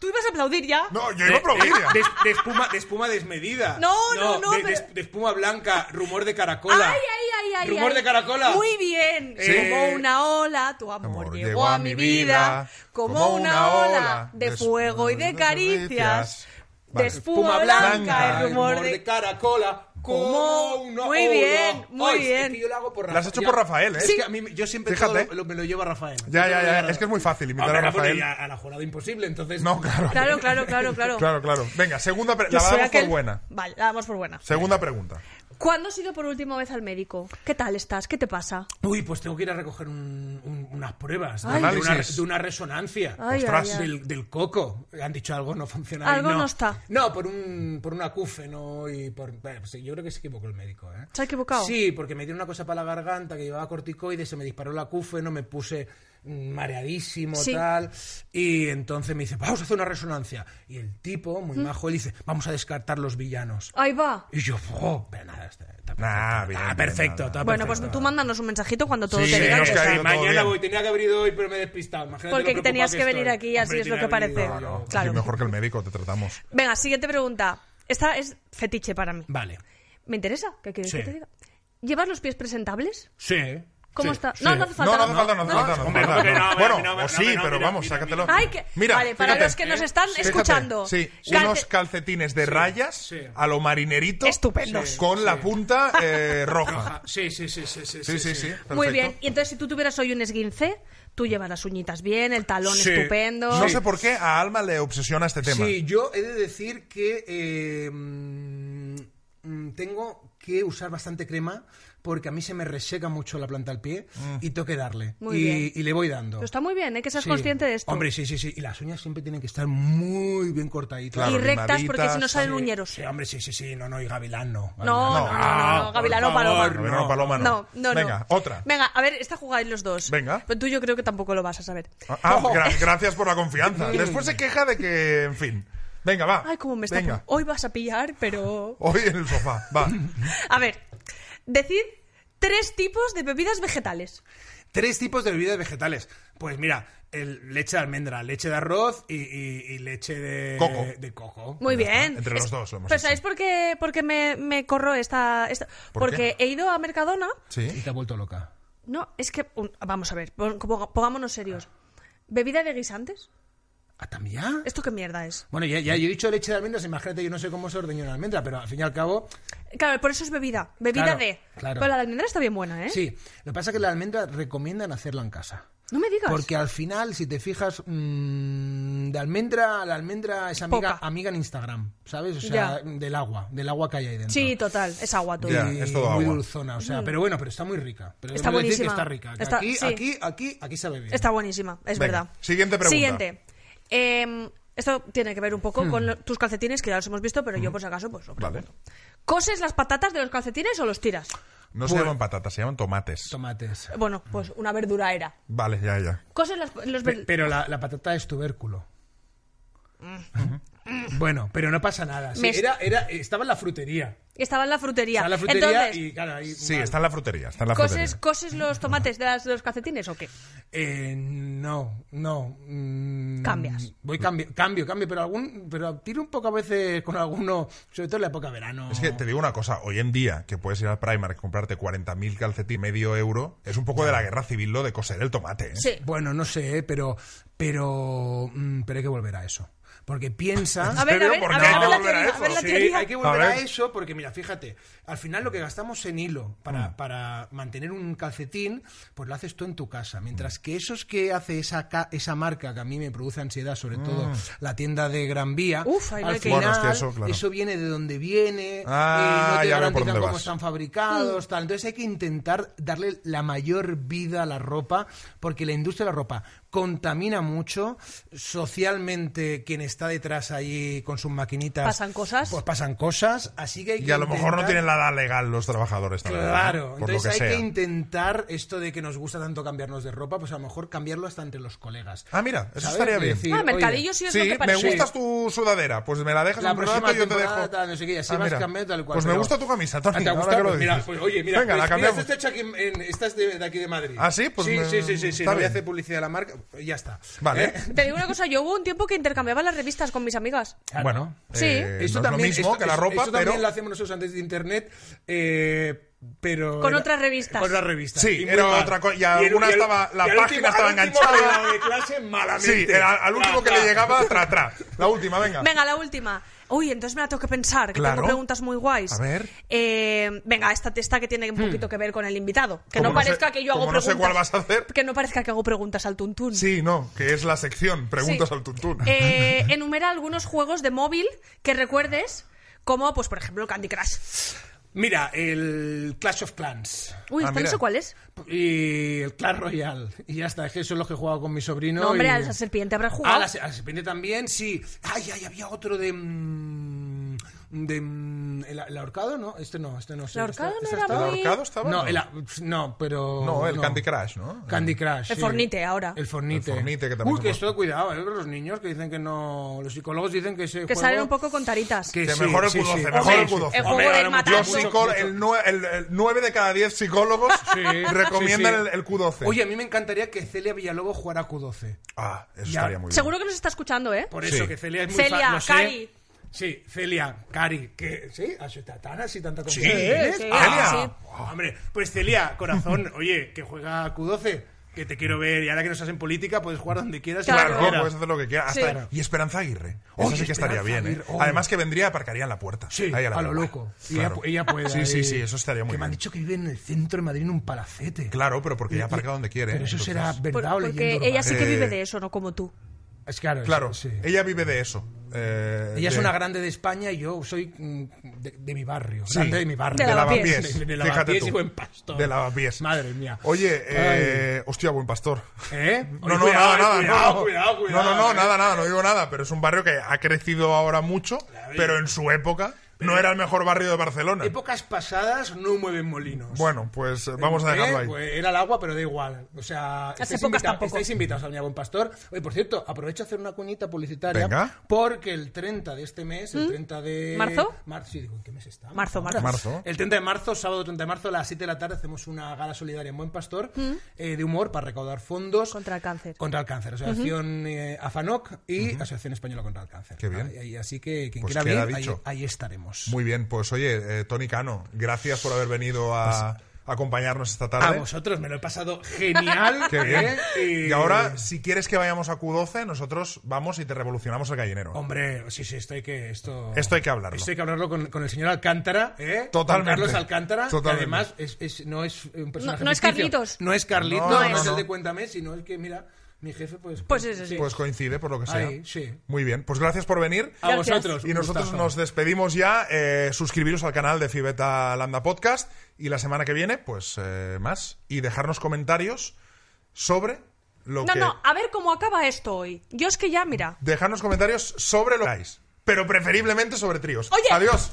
Speaker 2: ¿Tú ibas a aplaudir ya?
Speaker 1: No, yo iba a probar.
Speaker 4: De, de espuma, de espuma desmedida.
Speaker 2: No, no, no,
Speaker 4: De, de-
Speaker 2: pero-
Speaker 4: de espuma blanca, rumor de caracola.
Speaker 2: ¡Ay, ay, ay, ay!
Speaker 4: Rumor
Speaker 2: ay.
Speaker 4: de caracola.
Speaker 2: Muy bien.
Speaker 4: Sí.
Speaker 2: Como una ola, tu amor, llegó, a mi vida. Como, una, ola, de
Speaker 1: es-
Speaker 2: fuego y de caricias.
Speaker 1: Vale.
Speaker 2: De espuma blanca,
Speaker 1: blanca,
Speaker 2: el rumor de...
Speaker 4: caracola.
Speaker 2: Como- muy bien, muy
Speaker 4: Ay, es
Speaker 2: bien.
Speaker 4: que yo lo hago por
Speaker 1: Lo
Speaker 4: Rafa-
Speaker 1: has hecho
Speaker 4: yo-
Speaker 1: por Rafael, ¿eh?
Speaker 4: Es
Speaker 1: Sí.
Speaker 4: que a mí, yo siempre todo
Speaker 1: Fíjate.
Speaker 4: lo- lo- me lo llevo a Rafael.
Speaker 1: Ya, ya, ya. Es que es muy fácil imitar
Speaker 4: Hombre,
Speaker 1: a
Speaker 4: Rafa,
Speaker 1: Rafael.
Speaker 4: ya A la jurada imposible, entonces.
Speaker 1: No, claro.
Speaker 2: Claro, claro, claro, claro.
Speaker 1: Claro, claro. Venga, segunda
Speaker 2: Que
Speaker 1: pregunta. La
Speaker 2: sea
Speaker 1: damos
Speaker 2: aquel-
Speaker 1: por buena.
Speaker 2: Vale, la damos por buena.
Speaker 1: Segunda pregunta.
Speaker 2: ¿Cuándo has ido por última vez al médico? ¿Qué tal estás? ¿Qué te pasa?
Speaker 4: Uy, pues tengo que ir a recoger un- un- unas pruebas de,
Speaker 1: Ay.
Speaker 4: de una,
Speaker 1: Análisis.
Speaker 4: de una resonancia.
Speaker 2: Ay,
Speaker 1: Ostras,
Speaker 2: ay, ay.
Speaker 4: Del, del coco. Han dicho algo no funciona. ahí,
Speaker 2: Algo
Speaker 4: no
Speaker 2: no está.
Speaker 4: No, por un, por un acúfeno y por... bueno, pues yo creo que se equivocó el médico, ¿eh?
Speaker 2: ¿Se ha equivocado?
Speaker 4: Sí, porque me dio una cosa para la garganta que llevaba corticoides, se me disparó el acúfeno, me puse mm, mareadísimo,
Speaker 2: Sí.
Speaker 4: tal. Y entonces me dice, vamos a hacer una resonancia. Y el tipo,
Speaker 2: ¿Mm?
Speaker 4: muy majo, él dice, vamos a descartar los villanos.
Speaker 2: Ahí va.
Speaker 4: Y yo, "Oh, pero nada, está, está perfecto.
Speaker 1: Nah,
Speaker 4: está
Speaker 1: bien, bien,
Speaker 4: perfecto,
Speaker 1: nada.
Speaker 4: está
Speaker 2: Bueno, pues
Speaker 4: perfecto".
Speaker 2: tú mándanos un mensajito cuando todo
Speaker 1: Ah, Sí,
Speaker 2: te diga
Speaker 1: nos
Speaker 2: que
Speaker 1: cae
Speaker 2: está.
Speaker 1: bien. todo
Speaker 4: mañana voy, tenía que haber ido hoy, pero me he despistado. Imagínate
Speaker 2: Porque
Speaker 4: lo
Speaker 2: tenías
Speaker 4: preocupado
Speaker 2: que venir
Speaker 4: estoy.
Speaker 2: aquí, así
Speaker 4: Hombre,
Speaker 2: es lo
Speaker 4: tenía
Speaker 2: que parece.
Speaker 4: haber ido.
Speaker 2: Claro.
Speaker 1: Sí, mejor que el médico, te tratamos.
Speaker 2: Venga, siguiente pregunta. Esta es fetiche para mí.
Speaker 4: Vale.
Speaker 2: ¿Me interesa? ¿Qué quieres
Speaker 4: Sí.
Speaker 2: que te diga? ¿Llevas los pies presentables?
Speaker 4: Sí.
Speaker 2: ¿Cómo
Speaker 1: Sí,
Speaker 2: está?
Speaker 1: sí.
Speaker 2: No, no hace falta.
Speaker 1: No, no hace falta, no hace falta. no hace
Speaker 5: Hombre,
Speaker 1: falta,
Speaker 5: hombre,
Speaker 1: no.
Speaker 5: no, hombre,
Speaker 1: Bueno,
Speaker 5: hombre, no,
Speaker 1: o
Speaker 5: hombre,
Speaker 1: sí,
Speaker 5: no,
Speaker 1: pero
Speaker 5: mira,
Speaker 1: vamos,
Speaker 5: mira,
Speaker 1: sácatelo.
Speaker 5: mira.
Speaker 2: Ay, que- vale, para
Speaker 1: fíjate,
Speaker 2: los que nos
Speaker 1: ¿eh?
Speaker 2: están
Speaker 1: Fíjate,
Speaker 2: escuchando.
Speaker 1: Sí,
Speaker 2: Calte-
Speaker 1: unos calcetines de rayas
Speaker 6: sí.
Speaker 1: a lo marinerito.
Speaker 2: Estupendos. Sí,
Speaker 1: Con la punta eh,
Speaker 4: Ah,
Speaker 1: roja.
Speaker 6: Sí, sí, sí, sí, sí.
Speaker 1: Sí, sí, sí.
Speaker 2: Muy
Speaker 1: perfecto.
Speaker 2: bien. Y entonces, si tú tuvieras hoy un esguince, tú llevas las uñitas bien, el talón
Speaker 6: Sí.
Speaker 2: estupendo.
Speaker 1: No sé por qué a Alma le obsesiona este tema.
Speaker 4: Sí, yo he de decir que eh, mm, mm, tengo que usar bastante crema porque a mí se me reseca mucho la planta al pie y tengo que darle.
Speaker 2: Muy
Speaker 4: y,
Speaker 2: bien.
Speaker 4: y le voy dando.
Speaker 2: Pero está muy bien, ¿eh? Que seas
Speaker 4: Sí.
Speaker 2: consciente de esto.
Speaker 4: Hombre, sí, sí, sí. Y las uñas siempre tienen que estar muy bien cortaditas.
Speaker 1: Claro,
Speaker 2: y rectas, porque si no
Speaker 1: limaditas,
Speaker 2: salen
Speaker 1: sí. Ah,
Speaker 2: uñeros.
Speaker 4: Sí, hombre, sí, sí, sí. No, no, y Gavilán no.
Speaker 2: No, no, no, no, no, Gavilán
Speaker 6: por
Speaker 2: o Paloma.
Speaker 6: favor,
Speaker 1: A ver, no, Paloma, no.
Speaker 2: No, no, no.
Speaker 1: Venga, otra.
Speaker 2: Venga, a ver, esta jugáis los dos.
Speaker 1: Venga.
Speaker 2: Pero tú yo creo que tampoco lo vas a saber.
Speaker 1: Ah, ah, gra- gracias por la confianza. Después se queja de que, en fin. Venga, va.
Speaker 2: Ay, cómo me está...
Speaker 1: Venga.
Speaker 2: Hoy vas a pillar, pero...
Speaker 1: Hoy en el sofá, va.
Speaker 2: A ver, decid tres tipos de bebidas vegetales.
Speaker 4: Tres tipos de bebidas
Speaker 6: vegetales. Pues mira, el leche de almendra, leche de arroz y, y- y leche de
Speaker 1: Coco.
Speaker 6: De coco.
Speaker 2: Muy bien.
Speaker 1: entre los dos lo hemos
Speaker 2: Pero
Speaker 1: hecho.
Speaker 2: ¿sabéis por qué, por qué me, me corro esta...? esta?
Speaker 1: ¿Por qué?
Speaker 2: Porque he ido a Mercadona...
Speaker 4: Y
Speaker 1: Sí.
Speaker 4: te ha vuelto loca.
Speaker 2: No, es que... un- vamos a ver, pon- ponga- pongámonos serios. ¿Bebida de guisantes?
Speaker 4: ¿Ah, también?
Speaker 2: ¿Esto qué mierda es?
Speaker 4: Bueno, ya, ya yo he dicho leche de almendras. Imagínate, yo no sé cómo se ordeñó una almendra, pero al fin y al cabo,
Speaker 2: Claro, por eso es bebida. Bebida
Speaker 4: Claro,
Speaker 2: de...
Speaker 4: claro.
Speaker 2: Pero la de almendra está bien buena, ¿eh?
Speaker 4: sí. Lo que pasa es que la almendra recomiendan hacerla en casa.
Speaker 2: No me digas.
Speaker 4: Porque al final, si te fijas, mm, de almendra, la almendra es amiga,
Speaker 2: Poca.
Speaker 4: amiga en Instagram, ¿sabes? O
Speaker 2: Ya.
Speaker 4: sea, del agua, del agua que hay ahí dentro.
Speaker 2: Sí, total, es agua todo.
Speaker 4: Y
Speaker 1: Ya, es todo
Speaker 4: muy
Speaker 1: agua.
Speaker 4: dulzona, o sea, pero bueno, pero está muy rica. Pero
Speaker 2: Mm. Está
Speaker 4: debo decir que
Speaker 2: buenísima.
Speaker 4: está rica. que
Speaker 2: Está-
Speaker 4: aquí,
Speaker 2: sí.
Speaker 4: aquí, aquí, aquí sabe bien.
Speaker 2: Está buenísima, es
Speaker 1: Venga,
Speaker 2: verdad.
Speaker 1: siguiente pregunta.
Speaker 2: Siguiente. Eh, esto tiene que ver un
Speaker 4: Hmm.
Speaker 2: poco con lo- tus calcetines, que ya los hemos visto, pero yo, por si acaso, pues lo
Speaker 1: Vale.
Speaker 2: pregunto. ¿Coses las patatas de los calcetines o los tiras?
Speaker 1: No se llaman patatas, se llaman tomates.
Speaker 4: Tomates.
Speaker 2: Bueno, pues una verdura era.
Speaker 1: Vale, ya, ya.
Speaker 2: ¿Coses las, los
Speaker 4: Pe-
Speaker 2: ver- Mm.
Speaker 4: pero la, la patata es tubérculo. Bueno, pero no pasa nada. Sí,
Speaker 2: Me es-
Speaker 4: era, era, estaba en la frutería.
Speaker 2: Estaba en la frutería.
Speaker 4: Estaba en la frutería
Speaker 2: Entonces,
Speaker 4: y claro, ahí.
Speaker 1: Sí,
Speaker 4: mal.
Speaker 1: está en la frutería, está en la
Speaker 2: ¿coses,
Speaker 1: frutería.
Speaker 2: ¿coses los tomates de, las- de los calcetines o qué?
Speaker 4: Eh, no, no. mm,
Speaker 2: Cambias.
Speaker 4: Voy cambio, cambio, cambio, pero algún, pero tiro un poco a veces con alguno, sobre todo en la época de verano.
Speaker 1: Es que te digo una cosa, hoy en día que puedes ir al Primark y comprarte 40.000 calcetines medio euro, es un poco de la guerra civil lo de coser el tomate. ¿eh?
Speaker 2: Sí.
Speaker 4: Bueno, no sé, eh, pero, pero, mm, pero hay que volver a eso, porque piensa.
Speaker 2: A ver,
Speaker 1: serio?
Speaker 2: a ver,
Speaker 1: ¿Por
Speaker 2: a
Speaker 1: qué
Speaker 2: ver, a
Speaker 1: hay
Speaker 2: ver
Speaker 1: que
Speaker 2: la
Speaker 1: volver a
Speaker 2: teoría. A ver
Speaker 1: eso?
Speaker 2: la
Speaker 1: Sí,
Speaker 2: teoría.
Speaker 4: hay que volver
Speaker 1: A
Speaker 4: a,
Speaker 1: ver.
Speaker 4: eso porque, mira, fíjate, al final lo que gastamos en hilo
Speaker 1: Mm.
Speaker 4: para, para mantener un calcetín, pues lo haces tú en tu casa.
Speaker 1: Mm.
Speaker 4: Mientras que esos que hace esa, ca- esa marca que a mí me produce ansiedad, sobre todo la tienda de Gran Vía,
Speaker 2: Uf, ahí no
Speaker 4: al
Speaker 2: hay que
Speaker 4: final
Speaker 2: ir.
Speaker 1: Mm. Bueno, es que eso, claro.
Speaker 4: eso viene de donde viene,
Speaker 1: Ah,
Speaker 4: eh, no te
Speaker 1: ya veo por
Speaker 4: garantizan
Speaker 1: dónde
Speaker 4: cómo
Speaker 1: vas.
Speaker 4: están fabricados, tal. Entonces hay que intentar darle la mayor vida a la ropa, porque la industria de la ropa contamina mucho. Socialmente, quien está detrás ahí con sus maquinitas
Speaker 2: Pasan cosas.
Speaker 4: pues pasan cosas, así que hay que
Speaker 1: Y a lo mejor no
Speaker 4: intentar-
Speaker 1: tienen la edad legal los trabajadores. también, ¿eh?
Speaker 4: Claro,
Speaker 1: por lo
Speaker 4: entonces
Speaker 1: que
Speaker 4: hay
Speaker 1: sea.
Speaker 4: que intentar esto de que nos gusta tanto cambiarnos de ropa, pues a lo mejor cambiarlo hasta entre los colegas.
Speaker 1: Ah, mira, eso
Speaker 4: ¿Sabes?
Speaker 1: estaría bien.
Speaker 4: Decir,
Speaker 2: Ah,
Speaker 4: oye,
Speaker 2: mercadillo sí es lo
Speaker 1: Sí,
Speaker 2: que
Speaker 1: me
Speaker 2: parece.
Speaker 1: gustas tu sudadera, pues me la dejas
Speaker 4: La
Speaker 1: un
Speaker 4: próxima
Speaker 1: rato y yo te
Speaker 4: temporada,
Speaker 1: dejo. Ah,
Speaker 4: tal, no sé qué, y así vas
Speaker 1: mira.
Speaker 4: cambiando tal cual,
Speaker 1: Pues me
Speaker 4: pero-
Speaker 1: gusta tu camisa,
Speaker 4: Ah,
Speaker 1: Tony.
Speaker 4: ¿Te ha
Speaker 1: ahora
Speaker 4: gustado?
Speaker 1: que lo
Speaker 4: Pues mira,
Speaker 1: dices.
Speaker 4: pues oye, mira,
Speaker 1: Venga,
Speaker 4: pues,
Speaker 1: la
Speaker 4: mira,
Speaker 1: cambiamos.
Speaker 4: esta está hecha aquí en- en- esta es de, de aquí de Madrid.
Speaker 1: Ah, ¿sí? Pues
Speaker 4: sí,
Speaker 1: me-
Speaker 4: sí, sí, sí, sí,
Speaker 1: está
Speaker 4: no voy a
Speaker 1: bien.
Speaker 4: hacer publicidad de la marca, ya está. ¿Eh?
Speaker 1: Vale. Eh,
Speaker 2: Te digo una cosa, yo hubo un tiempo que intercambiaba las revistas con mis amigas.
Speaker 1: Bueno,
Speaker 2: Sí.
Speaker 1: eh, no es lo mismo
Speaker 4: esto-
Speaker 1: que la
Speaker 4: eso-
Speaker 1: ropa,
Speaker 4: eso
Speaker 1: pero
Speaker 4: también lo hacemos nosotros antes de internet, eh, pero
Speaker 2: Con
Speaker 4: era-
Speaker 2: otras revistas.
Speaker 4: Con otras revistas.
Speaker 1: Sí,
Speaker 4: Y muy
Speaker 1: era
Speaker 4: mal.
Speaker 1: otra cosa, y
Speaker 4: el-
Speaker 1: alguna
Speaker 4: el-
Speaker 1: estaba- la
Speaker 4: y al
Speaker 1: página
Speaker 4: último-
Speaker 1: estaba
Speaker 4: al último
Speaker 1: enganchada.
Speaker 4: de la de clase malamente.
Speaker 1: sí, era al último que le llegaba, tra, tra. La última, venga.
Speaker 2: Venga, la última. Uy, entonces me la tengo que pensar, que
Speaker 1: Ah. Claro.
Speaker 2: tengo preguntas muy guays.
Speaker 1: A ver.
Speaker 2: Eh, venga, esta testa que tiene un poquito que ver con el invitado. Que
Speaker 1: Como
Speaker 2: no
Speaker 1: no sé-
Speaker 2: parezca que yo hago
Speaker 1: como no sé
Speaker 2: preguntas.
Speaker 1: cuál vas a hacer.
Speaker 2: Que no parezca que hago preguntas al tuntún.
Speaker 1: Sí, no, que es la sección, preguntas
Speaker 2: Sí.
Speaker 1: al tuntún.
Speaker 2: Eh, enumera algunos juegos de móvil que recuerdes, como, pues, por ejemplo, Candy Crush.
Speaker 4: Mira, el Clash of Clans
Speaker 2: Uy,
Speaker 1: Ah,
Speaker 2: esta no
Speaker 1: mira.
Speaker 2: sé cuál es.
Speaker 4: y el Clash Royale. Y ya está, es que eso es lo que he jugado con mi sobrino.
Speaker 2: No, hombre,
Speaker 4: y-
Speaker 2: a la serpiente habrá
Speaker 4: Ah,
Speaker 2: jugado.
Speaker 4: la, se- la serpiente también, sí. Ay, ay, había otro de. mm, de mm, el, el ahorcado, ¿no? Este no, este no. sí,
Speaker 2: El ahorcado
Speaker 4: esta-
Speaker 2: no
Speaker 4: esta
Speaker 2: era
Speaker 4: estaba-
Speaker 1: ¿El
Speaker 2: muy-
Speaker 1: ahorcado estaba?
Speaker 4: No, el a- no, pero.
Speaker 1: No, el Candy Crush, ¿no?
Speaker 4: Candy Crush.
Speaker 2: El
Speaker 4: sí.
Speaker 2: Fornite ahora.
Speaker 4: El Fornite.
Speaker 1: El Fornite, que también
Speaker 4: Uy,
Speaker 1: se
Speaker 4: que
Speaker 1: puede-
Speaker 4: esto, cuidado, ¿eh? los niños que dicen que no. Los psicólogos dicen que ese.
Speaker 2: Que
Speaker 4: juego-
Speaker 2: salen un poco con taritas.
Speaker 4: Que
Speaker 1: Que
Speaker 4: sí,
Speaker 1: mejor el
Speaker 4: sí,
Speaker 1: Budoce,
Speaker 4: sí.
Speaker 1: mejor
Speaker 4: Hombre,
Speaker 1: el Budoce.
Speaker 2: El
Speaker 1: Hombre,
Speaker 2: juego
Speaker 4: ahora
Speaker 2: del
Speaker 4: no me
Speaker 2: matar.
Speaker 1: Los
Speaker 4: mucho,
Speaker 1: psicó-
Speaker 4: mucho.
Speaker 1: el, 9 de cada 10 psicólogos
Speaker 4: Sí,
Speaker 1: recomiendan
Speaker 4: sí, sí.
Speaker 1: El, el Q12.
Speaker 4: Oye, a mí me encantaría que Celia Villalobos jugara a Q12.
Speaker 1: ah, eso
Speaker 4: ya.
Speaker 1: estaría muy bien.
Speaker 2: Seguro que nos está escuchando, ¿eh?
Speaker 4: Por eso,
Speaker 1: Sí.
Speaker 4: que Celia es muy
Speaker 2: Celia,
Speaker 4: fan, lo sé.
Speaker 2: Cari.
Speaker 4: Sí, Celia, Cari, que...
Speaker 7: Sí, así está tan así tanta
Speaker 1: Sí,
Speaker 7: confianza tienes.
Speaker 2: sí.
Speaker 1: Celia.
Speaker 2: sí.
Speaker 4: Oh, hombre, pues Celia, corazón, oye, que juega a Q12, que te quiero ver, y ahora que nos hacen política, puedes jugar donde quieras. y
Speaker 2: Claro.
Speaker 4: cuando
Speaker 1: Claro,
Speaker 4: quieras.
Speaker 1: puedes hacer lo que quieras.
Speaker 2: Sí.
Speaker 1: Hasta- Y Esperanza Aguirre. Eso
Speaker 4: Oye,
Speaker 1: sí que estaría
Speaker 4: Esperanza
Speaker 1: bien, ¿eh?
Speaker 4: Aguirre, oh.
Speaker 1: Además que vendría y aparcaría en la puerta.
Speaker 4: Sí,
Speaker 1: pues, Ahí la
Speaker 7: a lo
Speaker 1: verga.
Speaker 7: loco. Y ella
Speaker 1: Claro.
Speaker 7: pu- ella, puede.
Speaker 1: Sí, sí, sí, eso estaría muy
Speaker 7: Que me
Speaker 1: bien.
Speaker 7: han dicho que vive en el centro de Madrid en un palacete.
Speaker 1: Claro, pero porque ella aparca donde quiere. ¿eh?
Speaker 7: Pero eso
Speaker 1: entonces-
Speaker 7: será
Speaker 2: Por-
Speaker 7: verdad o
Speaker 2: porque
Speaker 7: leyendo
Speaker 2: ella sí que
Speaker 1: Eh,
Speaker 2: vive de eso, no como tú.
Speaker 7: Es claro, es-
Speaker 1: Claro,
Speaker 7: sí.
Speaker 1: ella vive de eso. eh,
Speaker 7: Ella es
Speaker 1: de-
Speaker 7: una grande de España y yo soy mm, de, de mi barrio.
Speaker 1: Sí.
Speaker 7: Grande de mi barrio.
Speaker 1: De
Speaker 2: De
Speaker 1: lavapiés.
Speaker 2: lavapiés.
Speaker 4: De- de
Speaker 1: Fíjate
Speaker 4: lavapiés
Speaker 1: tú.
Speaker 4: y buen pastor.
Speaker 1: De lavapiés.
Speaker 4: Madre mía.
Speaker 1: Oye, eh, hostia, buen pastor.
Speaker 4: ¿Eh?
Speaker 1: No, no,
Speaker 4: Oye,
Speaker 1: nada,
Speaker 4: cuidado,
Speaker 1: nada.
Speaker 4: eh, Cuidado,
Speaker 1: no.
Speaker 4: cuidado, cuidado.
Speaker 1: No, no, no,
Speaker 4: eh.
Speaker 1: nada, nada, no digo nada, pero es un barrio que ha crecido ahora mucho, pero en su época no era el mejor barrio de Barcelona.
Speaker 4: Épocas pasadas no mueven molinos.
Speaker 1: Bueno, pues eh, vamos a
Speaker 4: ¿Eh?
Speaker 1: dejarlo ahí.
Speaker 4: Pues era el agua, pero da igual. O sea,
Speaker 2: Hace
Speaker 4: estáis,
Speaker 2: pocas
Speaker 4: invita-
Speaker 2: tampoco.
Speaker 4: estáis invitados a venir a Buen Pastor. Oye, por cierto, aprovecho a hacer una cuñita publicitaria.
Speaker 1: Venga.
Speaker 4: Porque el 30 de este mes, el 30 de...
Speaker 2: ¿Marzo?
Speaker 4: Mar- sí, digo, ¿en qué mes está?
Speaker 2: Marzo, marzo.
Speaker 1: Marzo.
Speaker 4: El 30 de marzo, sábado 30 de marzo, a las 7 de la tarde, hacemos una gala solidaria en Buen Pastor eh, de humor para recaudar fondos.
Speaker 2: Mm. Contra el cáncer.
Speaker 4: Contra el cáncer. Asociación eh, AFANOC y Asociación Española contra el Cáncer.
Speaker 1: Qué bien.
Speaker 4: Ah, y- y así que quien
Speaker 1: Pues queda
Speaker 4: quiera venir, ahí,
Speaker 1: dicho.
Speaker 4: ahí estaremos.
Speaker 1: Muy bien, pues oye, eh, Tony Cano, gracias por haber venido a a acompañarnos esta
Speaker 4: Pues a
Speaker 1: tarde.
Speaker 4: vosotros, me lo he pasado genial.
Speaker 1: Qué bien.
Speaker 4: ¿eh?
Speaker 1: Y ahora, si quieres que vayamos a Q12, nosotros vamos y te revolucionamos el gallinero.
Speaker 4: Hombre, sí, sí, esto hay que, esto,
Speaker 1: Esto hay que hablarlo.
Speaker 4: Esto hay que hablarlo con, con el señor Alcántara, ¿eh?
Speaker 1: Totalmente.
Speaker 4: Con Carlos Alcántara,
Speaker 1: Totalmente.
Speaker 4: que además es, es- no es un
Speaker 2: No-
Speaker 4: personaje
Speaker 2: no es
Speaker 4: ficticio.
Speaker 2: Carlitos.
Speaker 4: No es Carlitos,
Speaker 1: No,
Speaker 4: no,
Speaker 1: no,
Speaker 4: es
Speaker 1: no.
Speaker 4: el de Cuéntame, sino es que, mira, mi jefe, pues...
Speaker 2: Pues es así.
Speaker 1: Pues coincide, por lo que sea.
Speaker 4: Ahí, sí.
Speaker 1: Muy bien, pues gracias por venir.
Speaker 4: A
Speaker 2: Gracias.
Speaker 4: vosotros.
Speaker 1: Y
Speaker 4: un
Speaker 1: nosotros
Speaker 4: gustazo.
Speaker 1: nos despedimos ya. Eh, suscribiros al canal de Fibeta Lambda Podcast. Y la semana que viene, pues eh, más. Y dejarnos comentarios sobre lo
Speaker 2: No,
Speaker 1: que.
Speaker 2: no, a ver cómo acaba esto hoy. Yo es que ya, mira.
Speaker 1: Dejarnos comentarios sobre lo que queráis, Pero preferiblemente sobre tríos.
Speaker 2: Oye.
Speaker 1: Adiós.